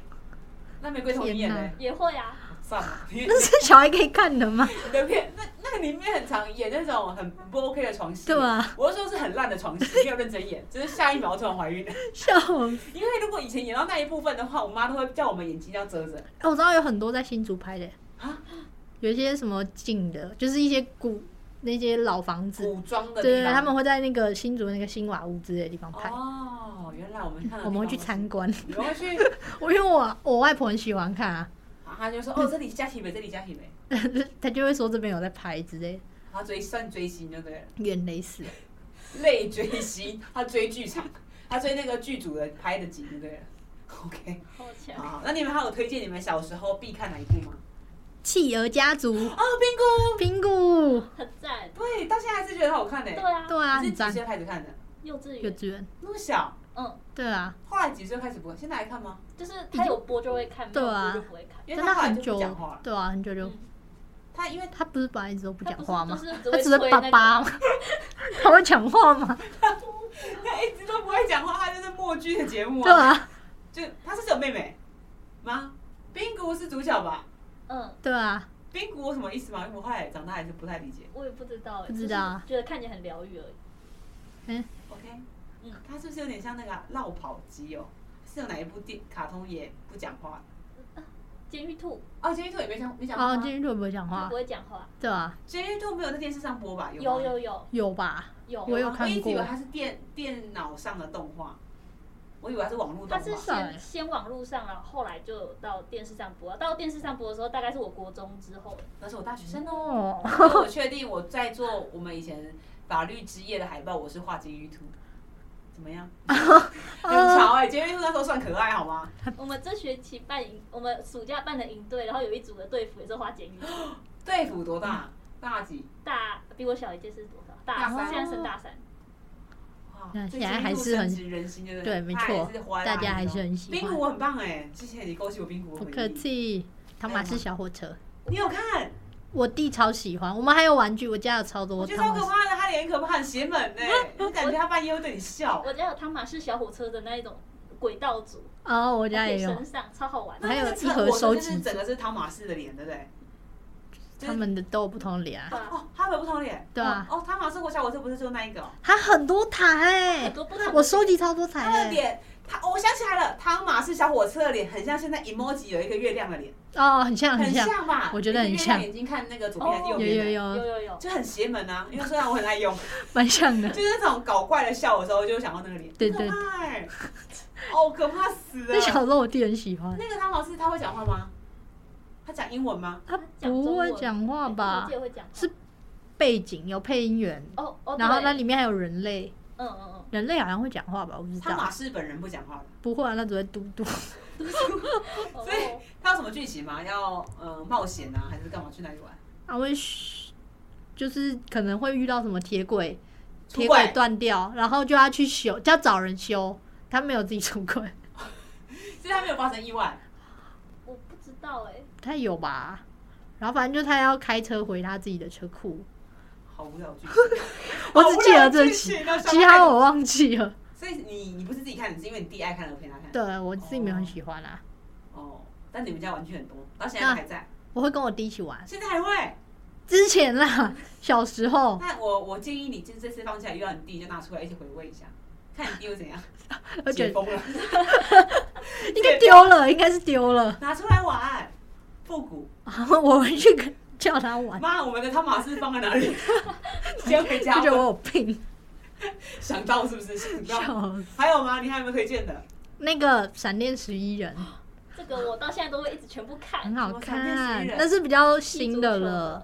那玫瑰童你演天呢哪？也会啊，算 了，你那是小孩可以看的吗？ 你的片，那那个里面很常演那种很不 OK 的床戏。对啊？我是说是很烂的床戏，没有认真演，只是下一秒突然怀孕。 笑死！因为如果以前演到那一部分的话，我妈都会叫我们眼睛要遮着。哎我知道有很多在新竹拍的啊，有一些什么景的，就是一些古那些老房子，古装的对地对，方，他们会在那个新竹那个新瓦屋之类的地方拍，哦，原来我们看的我们会去地方参观。 不是，我们会去，我因为我我外婆很喜欢看啊， 然后他就说哦，这里加体北，这里加体北，她就会说这边有在拍之类的，他追算追星就对了，远雷死。累追星，他追剧场，他追那个剧组的拍的景就对了。OK，好强，好，那你们还有推荐你们小时候必看哪一部吗？企鹅家族、哦，冰姑，评估，很赞，对，到现在还是觉得好看的、欸对啊，对啊，你很是几赞。岁开始看的？幼稚幼园，稚园，那么小，嗯，对啊，后来几岁开始不看？现在还看吗？就是他有播就会看，没有对啊播就不会看，因为但他他后来很就久不讲话了，，对啊，很久就嗯他因为他不是本来一直都不他讲不是话吗？就是只他会只是吹爸那个爸 吗？他会讲话吗？他 一直都不会讲话，他就是默剧的节目、对啊，就她是有妹妹吗？冰谷是主角吧？嗯。对啊，冰谷有什么意思吗？因为我后来长大还是不太理解。我也不知道、欸，不知道啊就是觉得看起来很疗愈而已。嗯， OK，嗯，它是不是有点像那个啊绕跑机哦？是有哪一部电卡通也不讲话？监狱兔哦，监狱兔也没讲没讲话哦，吗。金鱼兔不会讲它话不，会讲话，对吧？监狱兔没有在电视上播吧？有有吗有有有吧？有，啊我有吗看我一直以为过它是电电脑上的动画，我以为它是网络动它是画。先先网络上，然后后来就到电视上播。啊到电视上播的时候，大概是我国中之后，那是我大学生哦。哦，所以 我确定我在做我们以前法律之夜的海报，我是画监狱兔，怎么 样？很潮哎、监狱兔那时候算可爱好吗？我们这学期办营，我们暑假办的营队，然后有一组的队服也是花监狱，队服多大？大几？大比我小一届是多少？大大三现在升大三，哇那这现在监狱还兔是很深植人心的，对没它还错是活在大里家还哦是很喜欢冰壶很棒哎、之前你勾起我冰壶的不回客忆，气。汤马士小火车，你有看？我弟超喜欢，我们还有玩具，我家有超多我觉得超汤马可士。怕的，他脸很可怕，很邪门哎、 我感觉他半夜会对你笑。我家有汤马士小火车的那一种轨道组，哦，我家可以也有身上超好玩我。还有那那个一盒我收就是集整个是汤马士的脸，对不对？就是他们的都有不同脸啊，对啊哦，他们不同脸。对啊哦，汤马士国小我这不是就那一个哦、它很多台哎、很多不同的我收集超多台他的哎、脸，他哦我想起来了，汤马是小火车的脸，很像现在 emoji 有一个月亮的脸，哦，很像很像，吧？我觉得很像你的月亮眼睛看那个左边还是右有边的？有有有，有有，就很邪门啊！因为虽然我很爱用， 蛮像的就。是那种搞怪的笑的时候，我就会想到那个脸，对很可怕欸哦，可怕死那小了。时候我弟很喜欢，那个汤马士他会讲话吗？他讲英文吗？他不会讲话我吧哎姐？会讲话，是背景有配音员，哦哦，然后那对里面还有人类，嗯嗯人类好像会讲话吧？我不知汤道马，士本人不讲话的，不会啊，那只会嘟嘟。嗯，哦所以他有什么剧情吗？要呃冒险啊，还是干嘛去哪里玩？他会嘘就是可能会遇到什么铁轨，出铁轨轨，断掉，然后就要去修，就要找人修。他没有自己出轨，所以他没有发生意外。我不知道哎，他有吧？然后反正就他要开车回他自己的车库，好无聊的剧情， 我只记得这期期，，其他我忘记了。所以你你不是自己看，你是因为你弟爱看而陪他看。对我自己没有很喜欢啊啦、哦，但你们家玩具很多，到现在都还在，我会跟我弟一起玩。现在还会。之 前啦，小时候那我我建议你，就是这次放下，遇到你弟就拿出来一起回味一下，看你弟会怎 样。我解觉得封 了，应该丢了，应该是丢了。拿出来玩，复古。我回去跟叫他玩，妈，我们的汤马士放在哪 里？先回他家觉。得我有病，想到是不是？想到。笑死。还有吗？你还有没有推荐的？那个闪电十一人这个我到现在都会一直全部看很。好什么闪电看十一，人那是比较新的了。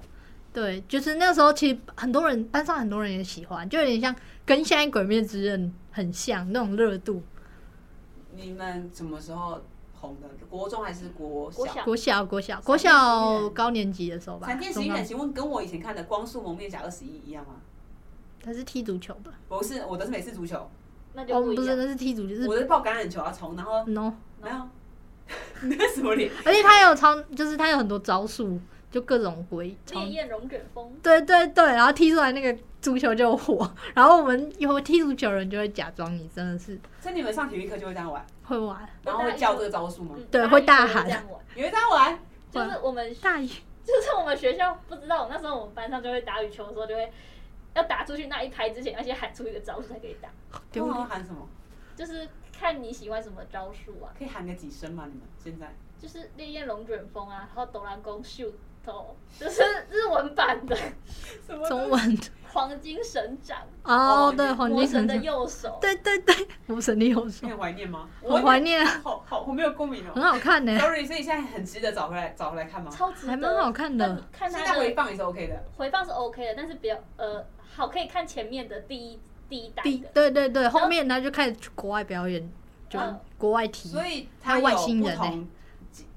对，就是那时候其实很多人班上很多人也喜欢，就有点像跟现在《鬼灭之刃》很像那种热度。你们什么时候红的？国中还是国国小？小国小国小闪电国十一小人高年级的时候吧，闪电十一中高人，请问跟我以前看的《光速蒙面侠二十一》一样吗？他是踢足球的，不是，我的是美式足球，那就哦，不不一是，样。那是踢足球，我是的抱橄榄球要冲，然后 no。没有，你那什么脸？而且他有超，就是他有很多招数，就各种鬼超烈。焰龙卷风，对对对，然后踢出来那个足球就有火，然后我们有踢足球的人就会假装你真的是所以你们上体育课就会这样玩，会玩。然后会叫这个招数吗？嗯对会大喊家里都这样玩你会这样玩？就是我们大一 就是我们学校不知道，我那时候我们班上就会打羽球的时候就会要打出去那一拍之前，要先喊出一个招数才可以打，丢通常脸会喊什么？就是看你喜欢什么招数啊，可以喊个几声吗？你们现在？就是烈焰龙卷风啊，然后斗狼弓 shoot 头，就是日文版的 什么中文的黄金神掌，哦，对，黄魔金神神的掌，右手，对对对，魔神的右手你，很怀念吗？ 很怀念，嗯我，好好，我没有共鸣哦。很好看 呢，Sorry，所以现在很值得找回来，找回来看吗？超值得，还蛮好看的但你看现他在的回放也是 OK 的。回放是 OK 的，但是比较呃好可以看前面的第一第一代第的，对对对，后后面他就开始去国外表演，就嗯国外踢，所以还它有有外星不人同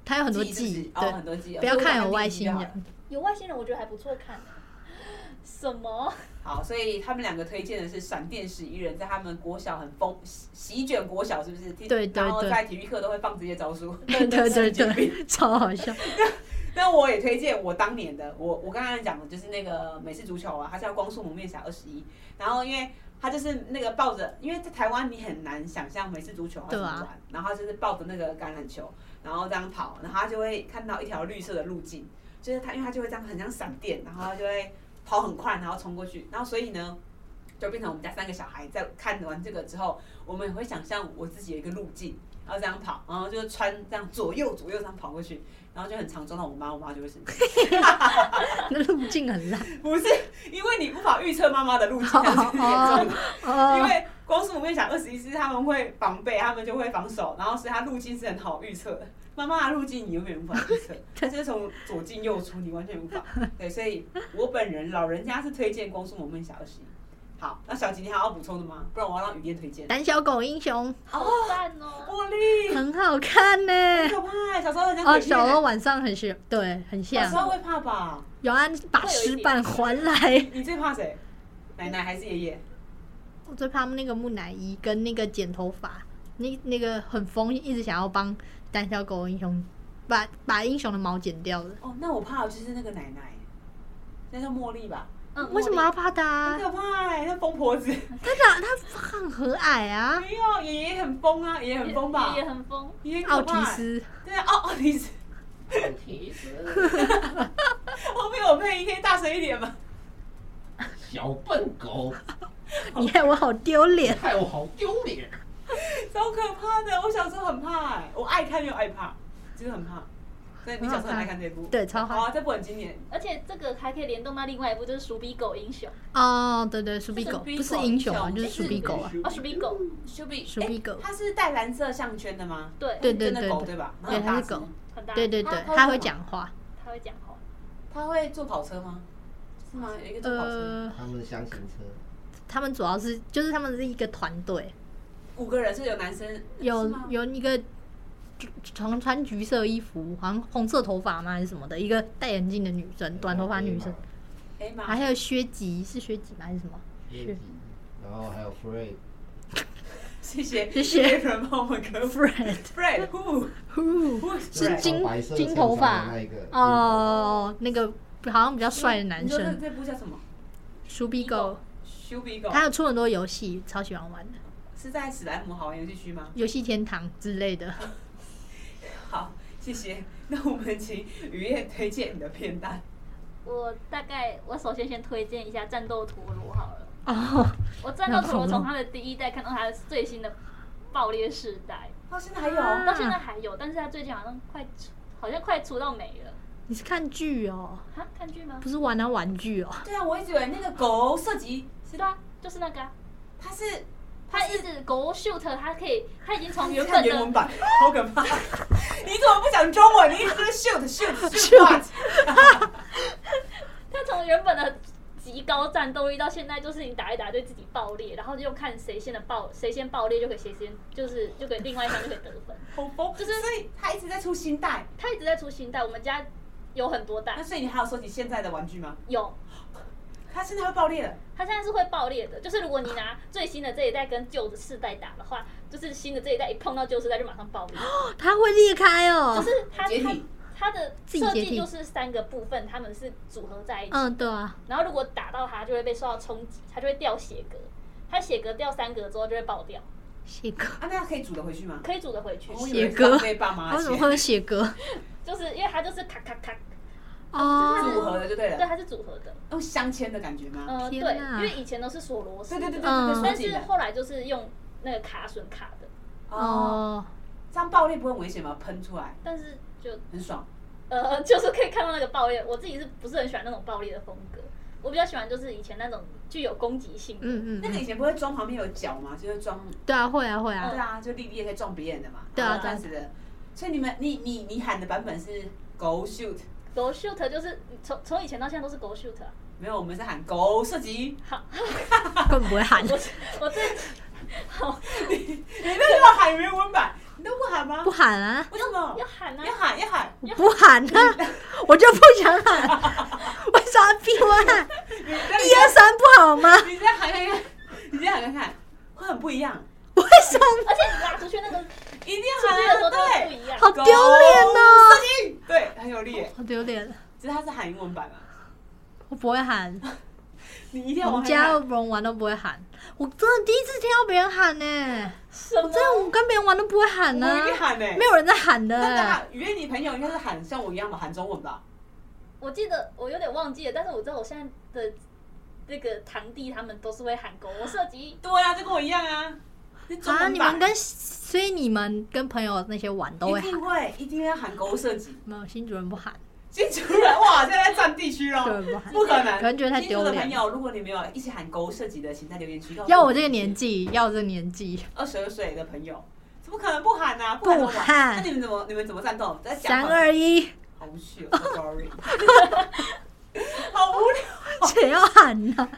他有很多季是不季是，哦，对，很多季。不要所以我打看有第一外季星就好了 人。有外星人我觉得还不错看、什哦么？好，所以他们两个推荐的是《闪电十一人》，在他们国小很风席席卷国小，是不是？对对然后对在体育课都会放这些招数。对对对，超好笑。 那我也推荐我当年的，我我刚刚讲的就是那个美式足球啊，它叫《光速蒙面侠二十一》，然后因为它就是那个抱着，因为在台湾你很难想象美式足球要怎么玩，对然后它就是抱着那个橄榄球，然后这样跑，然后它就会看到一条绿色的路径，就是它因为它就会这样很像闪电，然后它就会跑很快，然后冲过去，然后所以呢。就变成我们家三个小孩在看完这个之后，我们也会想象我自己有一个路径，然后这样跑，然后就穿这样左右左右这样跑过去，然后就很常撞到我妈，我妈就会生气。 那路径很烂不是因为你无法预测妈妈的 路径，这是严重的。因哦，为光是我跟你讲，二十一师他们会防备，他们就会防守，然后所以它路径是很好预测的。妈妈的路径你永远无法预 测，它就是从左进右出，你完全无法。对，所以我本人老人家是推荐《光速蒙面侠二十一》。好，那小吉你还要补充的吗？不然我要让雨燕推荐。胆小狗英雄好赞哦！茉莉，很好 看呢、很可怕，欸小时候人家哦，鬼片小时候晚上很像，对，很小时候像。会怕吧？有安把石板还来。你最怕谁？奶奶还是爷爷？我最怕那个木乃伊跟那个剪头发，那那个很疯，一直想要帮胆小狗英雄把把英雄的毛剪掉的。哦，那我怕的就是那个奶奶，那叫茉莉吧？嗯，为什么茉要莉？怕他很？可怕、欸，那疯婆子。他哪他很和蔼 啊，没有，爷爷很疯啊，爷爷很疯吧也？很疯。爷爷很奥可怕提。斯对啊，奥奥提斯。提示后面有配音，可以大声一点吗？ 小笨狗，你看我好丢脸。害我好丢脸。超可怕的，我小时候很怕、欸，我爱看又爱怕，就是很怕。所以你小时候很爱看这部？对超好好啊，这部很经典。而且这个还可以联动到另外一部，就是《鼠比狗英雄》哦，对对，鼠比狗就是不是英雄啊，比狗就是鼠比狗啊，啊，《鼠比狗》 s h 鼠比狗欸它是戴蓝色项圈的吗？对对对真的对狗对对吧？对然后很它是大只狗。很大，对对对他，他他会干嘛会讲话。他会讲话，它会坐跑车吗？是吗？有一个坐跑车，呃，他们的箱型车，他们主要是就是他们是一个团队，五个人是有男生，是有吗有一个橘长穿橘色衣服，好像红色头发吗还是什么的，一个戴眼镜的女生，短头发女哦生，呃黑马，还有薛吉是薛吉吗还是什 么？业绩，然后还有 Frey，谢谢谢谢谢人帮我们歌 Fred Fred who who who 是金白色金头发衬衫的那个哦，那个好像比较帅的男你说生，这这部叫什么？鼠比狗，修比狗，他有出很多游戏，超喜欢玩的，是在史莱姆好玩游戏区吗？游戏天堂之类的。好，谢谢。那我们请雨燕推荐你的片单。我大概我首先先推荐一下《战斗陀螺》好了。哦，我《战斗陀螺》从它的第一代看到它的最新的爆裂世代，哦，现在还有啊到现在还有，但是它最近好像快出好像快出到没了。你是看剧哦，哈，看剧吗？不是玩他玩具哦。对啊，我一直以为那个狗射击，是的啊，就是那个啊，它是它一直狗 shoot，它可以，它已经哦从原看本原文的版，好可怕！ 你怎么不讲中文？你一直在 shoot shoot shoot，它从原本的极高战斗力到现在，就是你打一打对自己爆裂，然后就看谁先的爆谁先爆裂就可以谁先就是就给另外一方就可以得分。好疯！就是所以它一直在出新代。它一直在出新代，我们家有很多代那，所以你还有收集现在的玩具吗？有它现在会爆裂了，它现在是会爆裂的，就是如果你拿最新的这一代跟旧的世代打的话，就是新的这一代一碰到旧世代就马上爆裂，它会裂开哦。就是它解它体它的自己设解计体就是三个部分，它们是组合在一起，嗯，对啊，然后如果打到它就会被受到冲击，它就会掉血格，它血格掉三格之后就会爆掉，写歌，啊，那可以煮得回去吗？可以组得回去，哦我以为写歌浪费爸妈的它为什么钱会有写歌？就是因为它就是咔咔咔，组哦，合的就对啊对，了，它是组合的，用镶嵌的感觉吗？呃，对，啊天哪因为以前都是锁螺丝对的，对对对嗯对对，但收紧是的后来就是用那个卡榫卡的，哦，哦，这样爆裂不会很危险吗？喷出来但是就很爽。呃， 就是可以看到那个爆裂。我自己是不是很喜欢那种爆裂的风格？我比较喜欢就是以前那种具有攻击性的。嗯嗯那个以嗯，前不会装旁边有角吗？就是装，对啊，会啊会啊对，啊，就莉莉也可以撞别人的嘛。对啊这样子对的。所以你们，你你你喊的版本是 Go Shoot，狗 shoot 就是从从以前到现在都是狗 shoot 啊。没有，我们是喊 Go 射击。好，根本不会喊，我我最好你那要喊原文版，你都不喊吗不？喊啊，为什么要？喊啊要！喊要喊，我不喊啊，我就不想喊，为啥逼我喊？你这样一二三不好吗？你这样喊看看，你这样喊看看，会很不一样。为什么？而且你拉出去那个出一定去的时要候喊都啊，会不对，一样。好丢脸哦！射击，对，很有力耶。好丢脸，只是他是喊英文版啊，我不会喊，你一定要我往们下家看人玩都不会喊，我真的第一次听到别人喊呢，什我么真？的我跟别人玩都不会喊呢我，一定喊啊呢。没有人在啊喊的那欸那，雨燕，你朋友应该是喊像我一样吧，喊中文吧？我记得我有点忘记了，但是我知道我现在的那个堂弟他们都是会喊狗狗射击，对啊，就跟我一样啊。是中啊，文你版们跟所以你们跟朋友那些玩都会一喊定，会一定要喊狗射击。没有新主人不喊，新竹 人哇，现在占地区新主喽，人不喊，不可能。可能觉得太新竹丢的朋脸。友，如果你没有一起喊狗射击的，请在留言区告诉要我这个年纪，要我这个年纪，二十二岁的朋友，怎么可能不喊啊？不喊怎么玩不喊那你们怎么你们怎么战斗？在讲三话二一，好无趣哦 so，sorry，好无聊。谁要喊呢？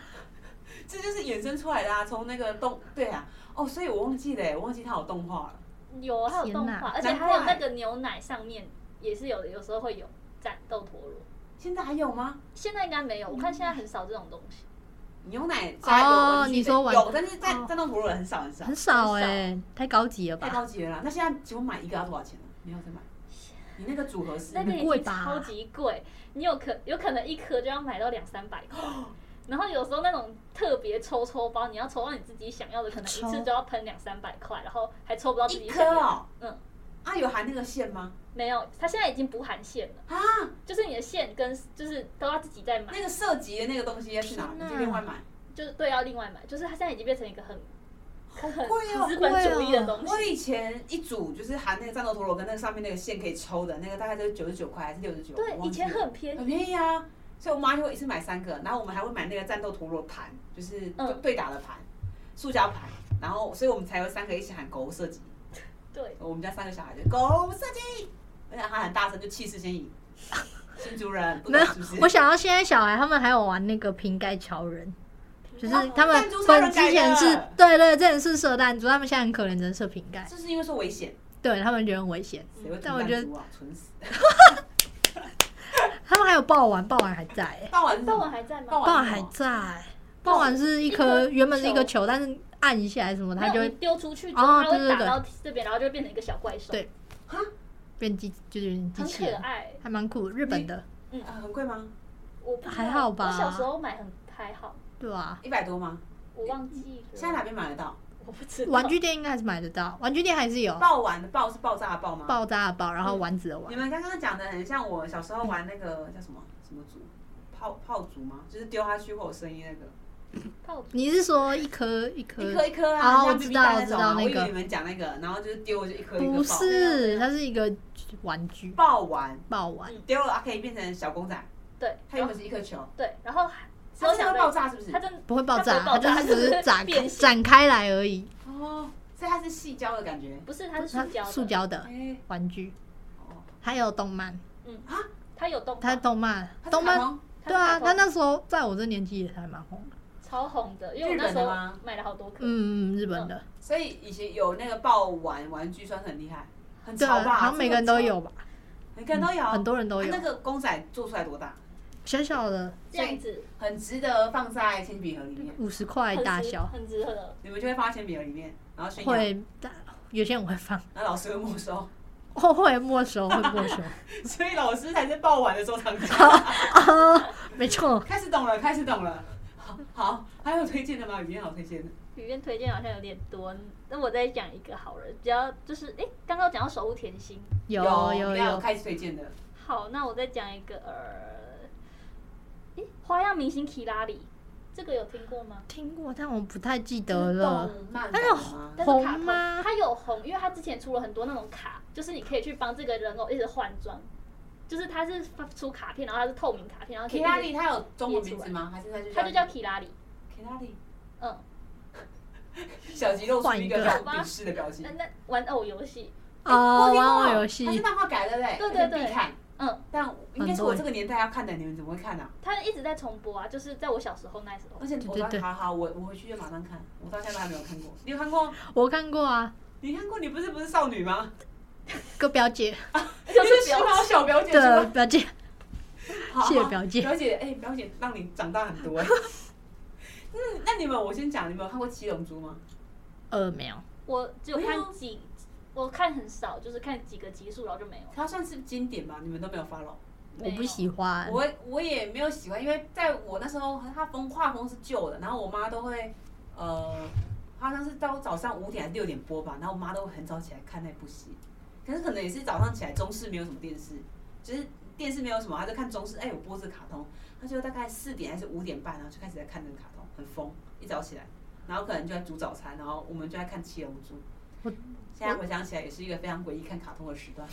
这就是衍生出来的啊，从那个动对啊，哦，所以我忘记了，我忘记它有动画了。有还有动天哪画，而且难怪还有那个牛奶上面也是有的，有时候会有战斗陀螺。现在还有吗？现在应该没有，我看现在很少这种东西。牛奶在哦我忘记你了说玩有，但是在哦战斗陀螺很少很少很，少哎、很太高级了太吧？高级了啦。那现在请问买一个要多少钱呢？没有再买，你那个组合是那个已贵经吧超级贵，你有可有可能一颗就要买到两三百 块，然后有时候那种特别抽抽包，你要抽到你自己想要的，可能一抽次就要喷两三百块，然后还抽不到自己一想颗要。哦，嗯，啊有含那个线吗？没有，它现在已经不含线了，啊，就是你的线跟就是都要自己再买，那个涉及的那个东西要去哪？天你哪就另外买，就是对，要另外买，就是它现在已经变成一个很好很 贵啊哦资。本主义的东我西。以前一组就是含那个战斗陀螺跟那个上面那个线可以抽的那个，大概就是九十九块还是六十九？对我，忘以记前了很便嗯很宜，便宜啊。所以我妈就会一次买三个，然后我们还会买那个战斗陀螺盘，就是嗯对对打的盘，塑胶盘。然后，所以我们才会三个一起喊“狗射击对”。，我们家三个小孩就“狗射击”，而且他喊大声，就气势先赢。新族人不没懂有是不是？我想到现在小孩他们还有玩那个瓶盖桥人，就是哦他们弹珠超人本之前改是的对对，之前是射弹珠，他们现在很可怜，只能射瓶盖，这是因为说危险，对他们觉得很危险。谁会但我觉得弹珠啊？蠢死！他们还有爆丸，爆丸还在、欸，傍晚是什但么我还在爆吗完？爆丸还在，爆丸是一爆颗丸原本是一个球球，但是按一下还是什么，它那就你会丢出去之后，哦它对会对打对到这边，然后就会变成一个小怪兽，对变机，就是有点机很器可人，爱。还蛮酷，日本的，啊，很贵吗？我不知道还好吧我小时候买很还好，对啊？一百多吗？我忘记了。现在哪边买得到？我不知道。玩具店应该还是买得到，玩具店还是有爆丸的爆是爆炸的爆吗？爆炸的爆，然后丸子的丸你，们刚刚讲的很像我小时候玩那个 叫什么什么竹，炮炮竹吗？就是丢下去会有声音那个，泡芙你是说一颗一颗一颗一颗啊啊，我像知 BB 道弹那种啊。我知道那我以个为你们讲那个，然后就是丢就一颗一颗不爆没是，有它是一个玩具爆完爆玩，丢了啊，可以变成小公仔，对，它然原本后是一颗球，对，然后它是会爆炸是不它是？真不会爆炸，它它不会爆炸就是只是展变开形展开来而已。哦，所以它是细胶的感觉。不是它是它塑胶，塑，胶的哎，玩具，哦，还有动漫，它有动画，它动漫它是动卡漫，通它对啊，卡通它那时候在我这年纪也还蛮红的，超红的，因为我日本那时候的吗买了好多颗，嗯，嗯日本的，所以以前有那个爆丸玩具算是很厉害，嗯很对潮啊，吧？好像每个人都有吧，每个人都有，很多人都啊有那，个公仔做出来多大？小小的这样子很值得放在铅笔盒里面，五十块很大值小，很值得。你们就会放在铅笔盒里面，然后炫耀，会，但有些人会放，然后老师会没收， 会会没收，会没收，所以老师才是爆丸的收藏家。 哦没错，开始懂了，开始懂了。好，好，还有推荐的吗？语言好推荐的，里面推荐好像有点多，那我再讲一个好了，比较就是诶，刚刚讲到守护甜心，有有有要有，开始推荐的。好，那我再讲一个呃，诶，花样明星提拉里，这个有听过吗？听过，但我不太记得了。动漫但版是的吗？但是卡红通吗它有红，因为它之前出了很多那种卡，就是你可以去帮这个人偶一直换装，就是它是发出卡片，然后它是透明卡片，然后可以提一拉直里它有中文名字吗？还是它就它就叫 k i r 提拉里？嗯，小吉露出一一个换个表鄙视的表情那。那玩偶游戏，哎哦，玩偶游它是戏，漫画改的嘞，对对对必看。嗯，但应该是我这个年代要看的，你们怎么会看呢、啊？它一直在重播啊，就是在我小时候那时候而，且我对对对刚好好，我我回去就马上看，我到现在都还没有看过。你有看过？我看过啊，你看过？你不是不是少女吗？个表姐 就就是时表髦小表姐是的吗？表姐，好好谢谢表姐表姐，哎、表姐让你长大很 多、哎嗯，那你们我先讲，你们有看过《七龙珠》吗？呃，没有，我只有没有看几，我看很少，就是看几个集数，然后就没有了。它算是经典吧，你们都没有 follow。没我有不喜欢。我我也没有喜欢，因为在我那时候，它风画风是旧的，然后我妈都会，呃，好像是到早上五点还是六点播吧，然后我妈都会很早起来看那部戏，可是可能也是早上起来中视没有什么电视，就是电视没有什么，他就看中视，哎、我播这个卡通，他就大概四点还是五点半，然后就开始在看那个卡通，很疯，一早起来，然后可能就在煮早餐，然后我们就在看《七龙珠》。我现在回想起来，也是一个非常诡异看卡通的时段。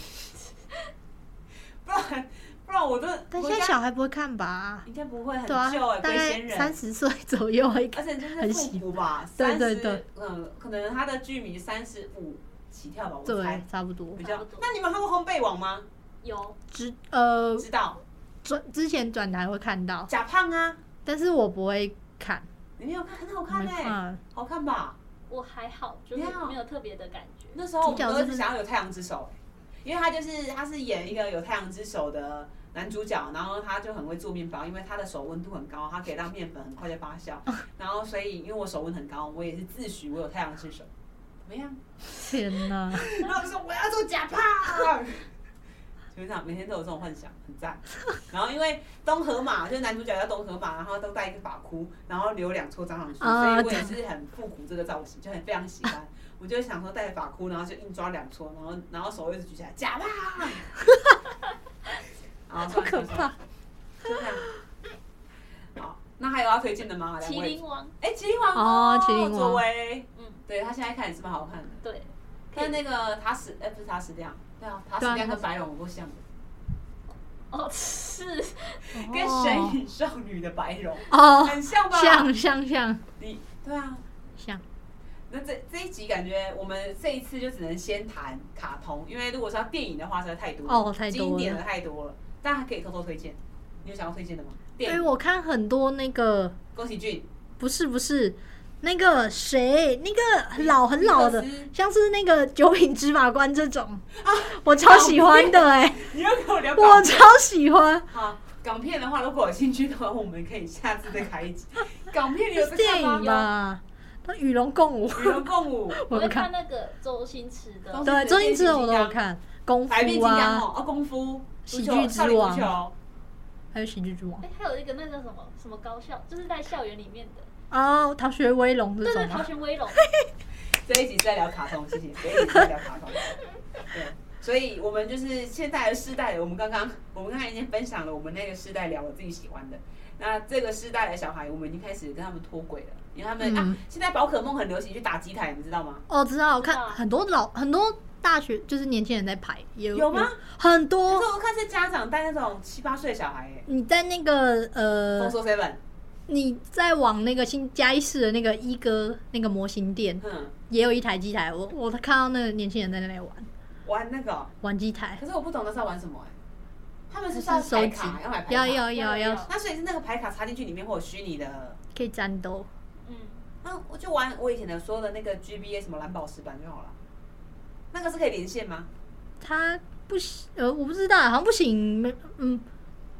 不然不然我都，但我现在家小孩不会看吧？应该不会很对啊旧哎、，大龟仙概人。三十岁左右会看。而且就是很复喜古吧，对三对十，对嗯，可能他的剧迷三十五起跳吧， 我对啊猜，差不多比。较差不多。那你们看过《烘焙王》吗？有之呃知道转之前转台会看到，假胖啊，但是我不会看，你没有看，很好看没哎，看。好看吧？我还好，就是你好没有特别的感觉。那时候我主角们都一是不直是想要有太阳之手，因为他就是他是演一个有太阳之手的男主角，然后他就很会做面包，因为他的手温度很高，他可以让面粉很快就发酵，然后所以因为我手温很高，我也是自诩我有太阳之手，啊怎么样？天 哪，然后就说我要做 假胖。学长每天都有这种幻想，很赞。然后因为东河马就是男主角叫东河马，然后都带一个发箍，然后留两撮蟑螂须，所啊以我也是很复古这个造型，就很非常喜 欢。我就想说带着发箍，然后就硬抓两撮，然后然后手一直举起来假 胖。然后算了好算可！了怕！算了就这样好，那还有要推荐的吗？两麒位麟？王，哎，麒麟王哦麒麟王作为嗯，对他现在看也是蛮好看的。对，跟那个塔史，哎、不是塔史亮，对啊，塔对史啊亮塔跟矢白龙有够像的，哦，是跟哦神隐少女的白龙、哦，很像吧？像像像你对啊。像，那这这一集感觉我们这一次就只能先谈卡通，因为如果是要电影的话，实在太多了哦太多了经典的太多了，但还可以偷偷推荐。你有想要推荐的吗？因电为影，我看很多那个宫崎骏，不是不是那个谁，那个很老很老的尼克斯，像是那个九品芝麻官这种，啊我超喜欢的哎、你又跟我聊我港片。超喜欢。好，港片的话，如果有兴趣的话，我们可以下次再开一 集。港片你有是在电看吗？影吧？那与龙共 舞，与龙共舞，我 我会不看看。那个周星驰的周对，周星驰的我都变有形金看，功百变夫金刚啊，哦，啊，功夫、足喜球剧之少林足王球还有喜剧之王哎、还有一个那个什么什么高校，就是在校园里面的，啊，逃学威龙这对对，种逃啊。学威龙，这一集是在聊卡通，谢谢。这一集是在聊 卡通，对，所以我们就是现在的世代，我们刚刚我们刚才已经分享了我们那个世代聊我自己喜欢的，那这个世代的小孩，我们已经开始跟他们脱轨了，因为他们、啊嗯，现在宝可梦很流行去打机台，你知道吗？哦，知道，我知道看很多老很多大学就是年轻人在排，也有有吗？很可多。是我看是家长带那种七八岁的小孩、欸，你在那个哎，呃丰，收 seven，你在往那个新嘉义市的那个一哥那个模型店，嗯，也有一台机台，我我看到那个年轻人在那里玩玩那个哦、玩机台，可是我不懂那是要玩什么、欸，他们是不是就要是收牌集卡，要买牌，卡，要要要要要，那所以是那个牌卡插进去里面会有虚拟的。可以战斗。嗯，那我就玩我以前的说的那个 GBA 什么蓝宝石版就好了。那个是可以连线吗？他不行，呃，我不知道，好像不行，没，嗯，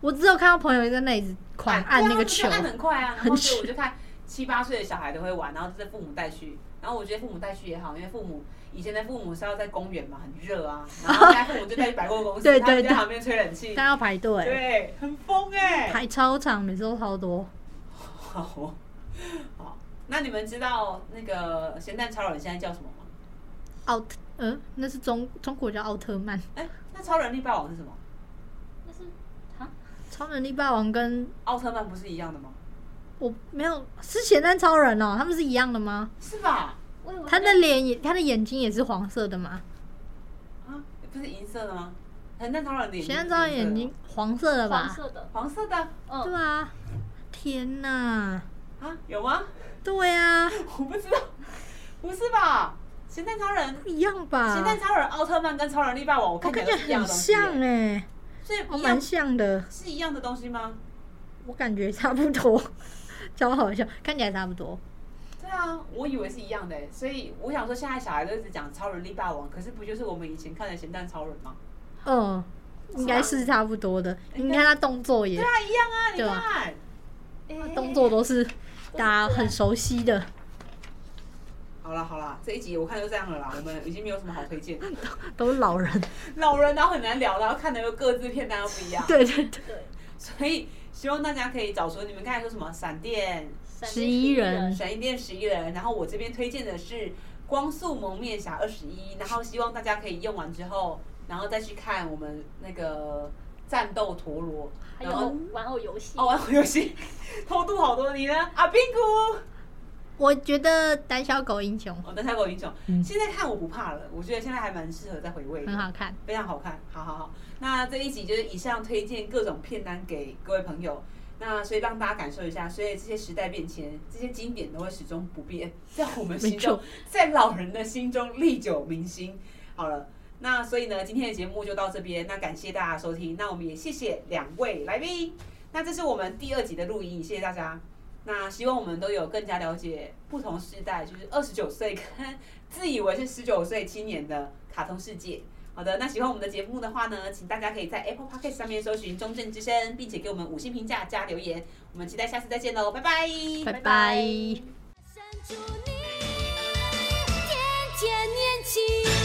我只有看到朋友在那里狂按那个对球啊，就按很快啊。然很后所以久我就看七八岁的小孩都会玩，然后就是父母带去。然后我觉得父母带去也好，因为父母以前的父母是要在公园嘛，很热啊，然后现在父母就在百货公司， 对他们对在对旁边吹冷气，但要嗯排队，对，很疯哎、排超长，每次都超多。好哦，好，那你们知道那个咸蛋超人现在叫什么吗？奥特，嗯、那是中中国叫奥特曼，哎、那超人力霸王是什么？那是啊，超能力霸王跟奥特曼不是一样的吗？我没有是咸蛋超人哦，他们是一样的吗？是吧？我以为他的脸也，他的眼睛也是黄色的吗？啊，不是银色的吗？很蛋超人的眼睛，咸蛋超人眼睛，黄色的黄吧？色的，黄色的对嗯，啊，天哪，啊，有吗？ 对啊，我不知道，不是吧？咸蛋超人，不一样咸吧？蛋超人、奥特曼跟超人力霸王，我看啊我起来感觉都是一样很的东西耶，像哎、所以我一蛮样像的。是一样的东西吗？我感觉差不多， 超好笑，看起来差不多。对啊，我以为是一样的耶，所以我想说，现在小孩都一直讲超人力霸王，可是不就是我们以前看的咸蛋超人吗？嗯，应该是差不多的。你看他动作也对，啊，一样啊，你对啊看，哎动作都是大家很熟悉的。好了好了，这一集我看就这样了啦，我们已经没有什么好推荐， 都是老人。 老人然后很难聊，然后看的又各自片单又不一样，对对对，对，所以希望大家可以找出你们刚才说什么闪电、闪电十一人闪电十一人，然后我这边推荐的是光速蒙面侠二十一，然后希望大家可以用完之后，然后再去看我们那个战斗陀螺，还然有后玩偶游戏，哦玩游戏，偷渡好多。你呢？阿冰姑，哦我觉得胆小狗英雄我的泰国英雄，嗯现在看我不怕了，我觉得现在还蛮适合再回味的很好看。非常好看，好好好。那这一集就是以上推荐各种片单给各位朋友，那所以让大家感受一下，所以这些时代变迁，这些经典都会始终不变，在我们心中没，在老人的心中历久弥新。好了，那所以呢，今天的节目就到这边，那感谢大家收听，那我们也谢谢两位来宾，那这是我们第二集的录音，谢谢大家。那希望我们都有更加了解不同世代，就是二十九岁跟自以为是十九岁青年的卡通世界。好的，那喜欢我们的节目的话呢，请大家可以在 Apple Podcast 上面搜寻“中正之声”，并且给我们五星评价加留言。我们期待下次再见喽，拜拜，拜拜神祝你天天年轻。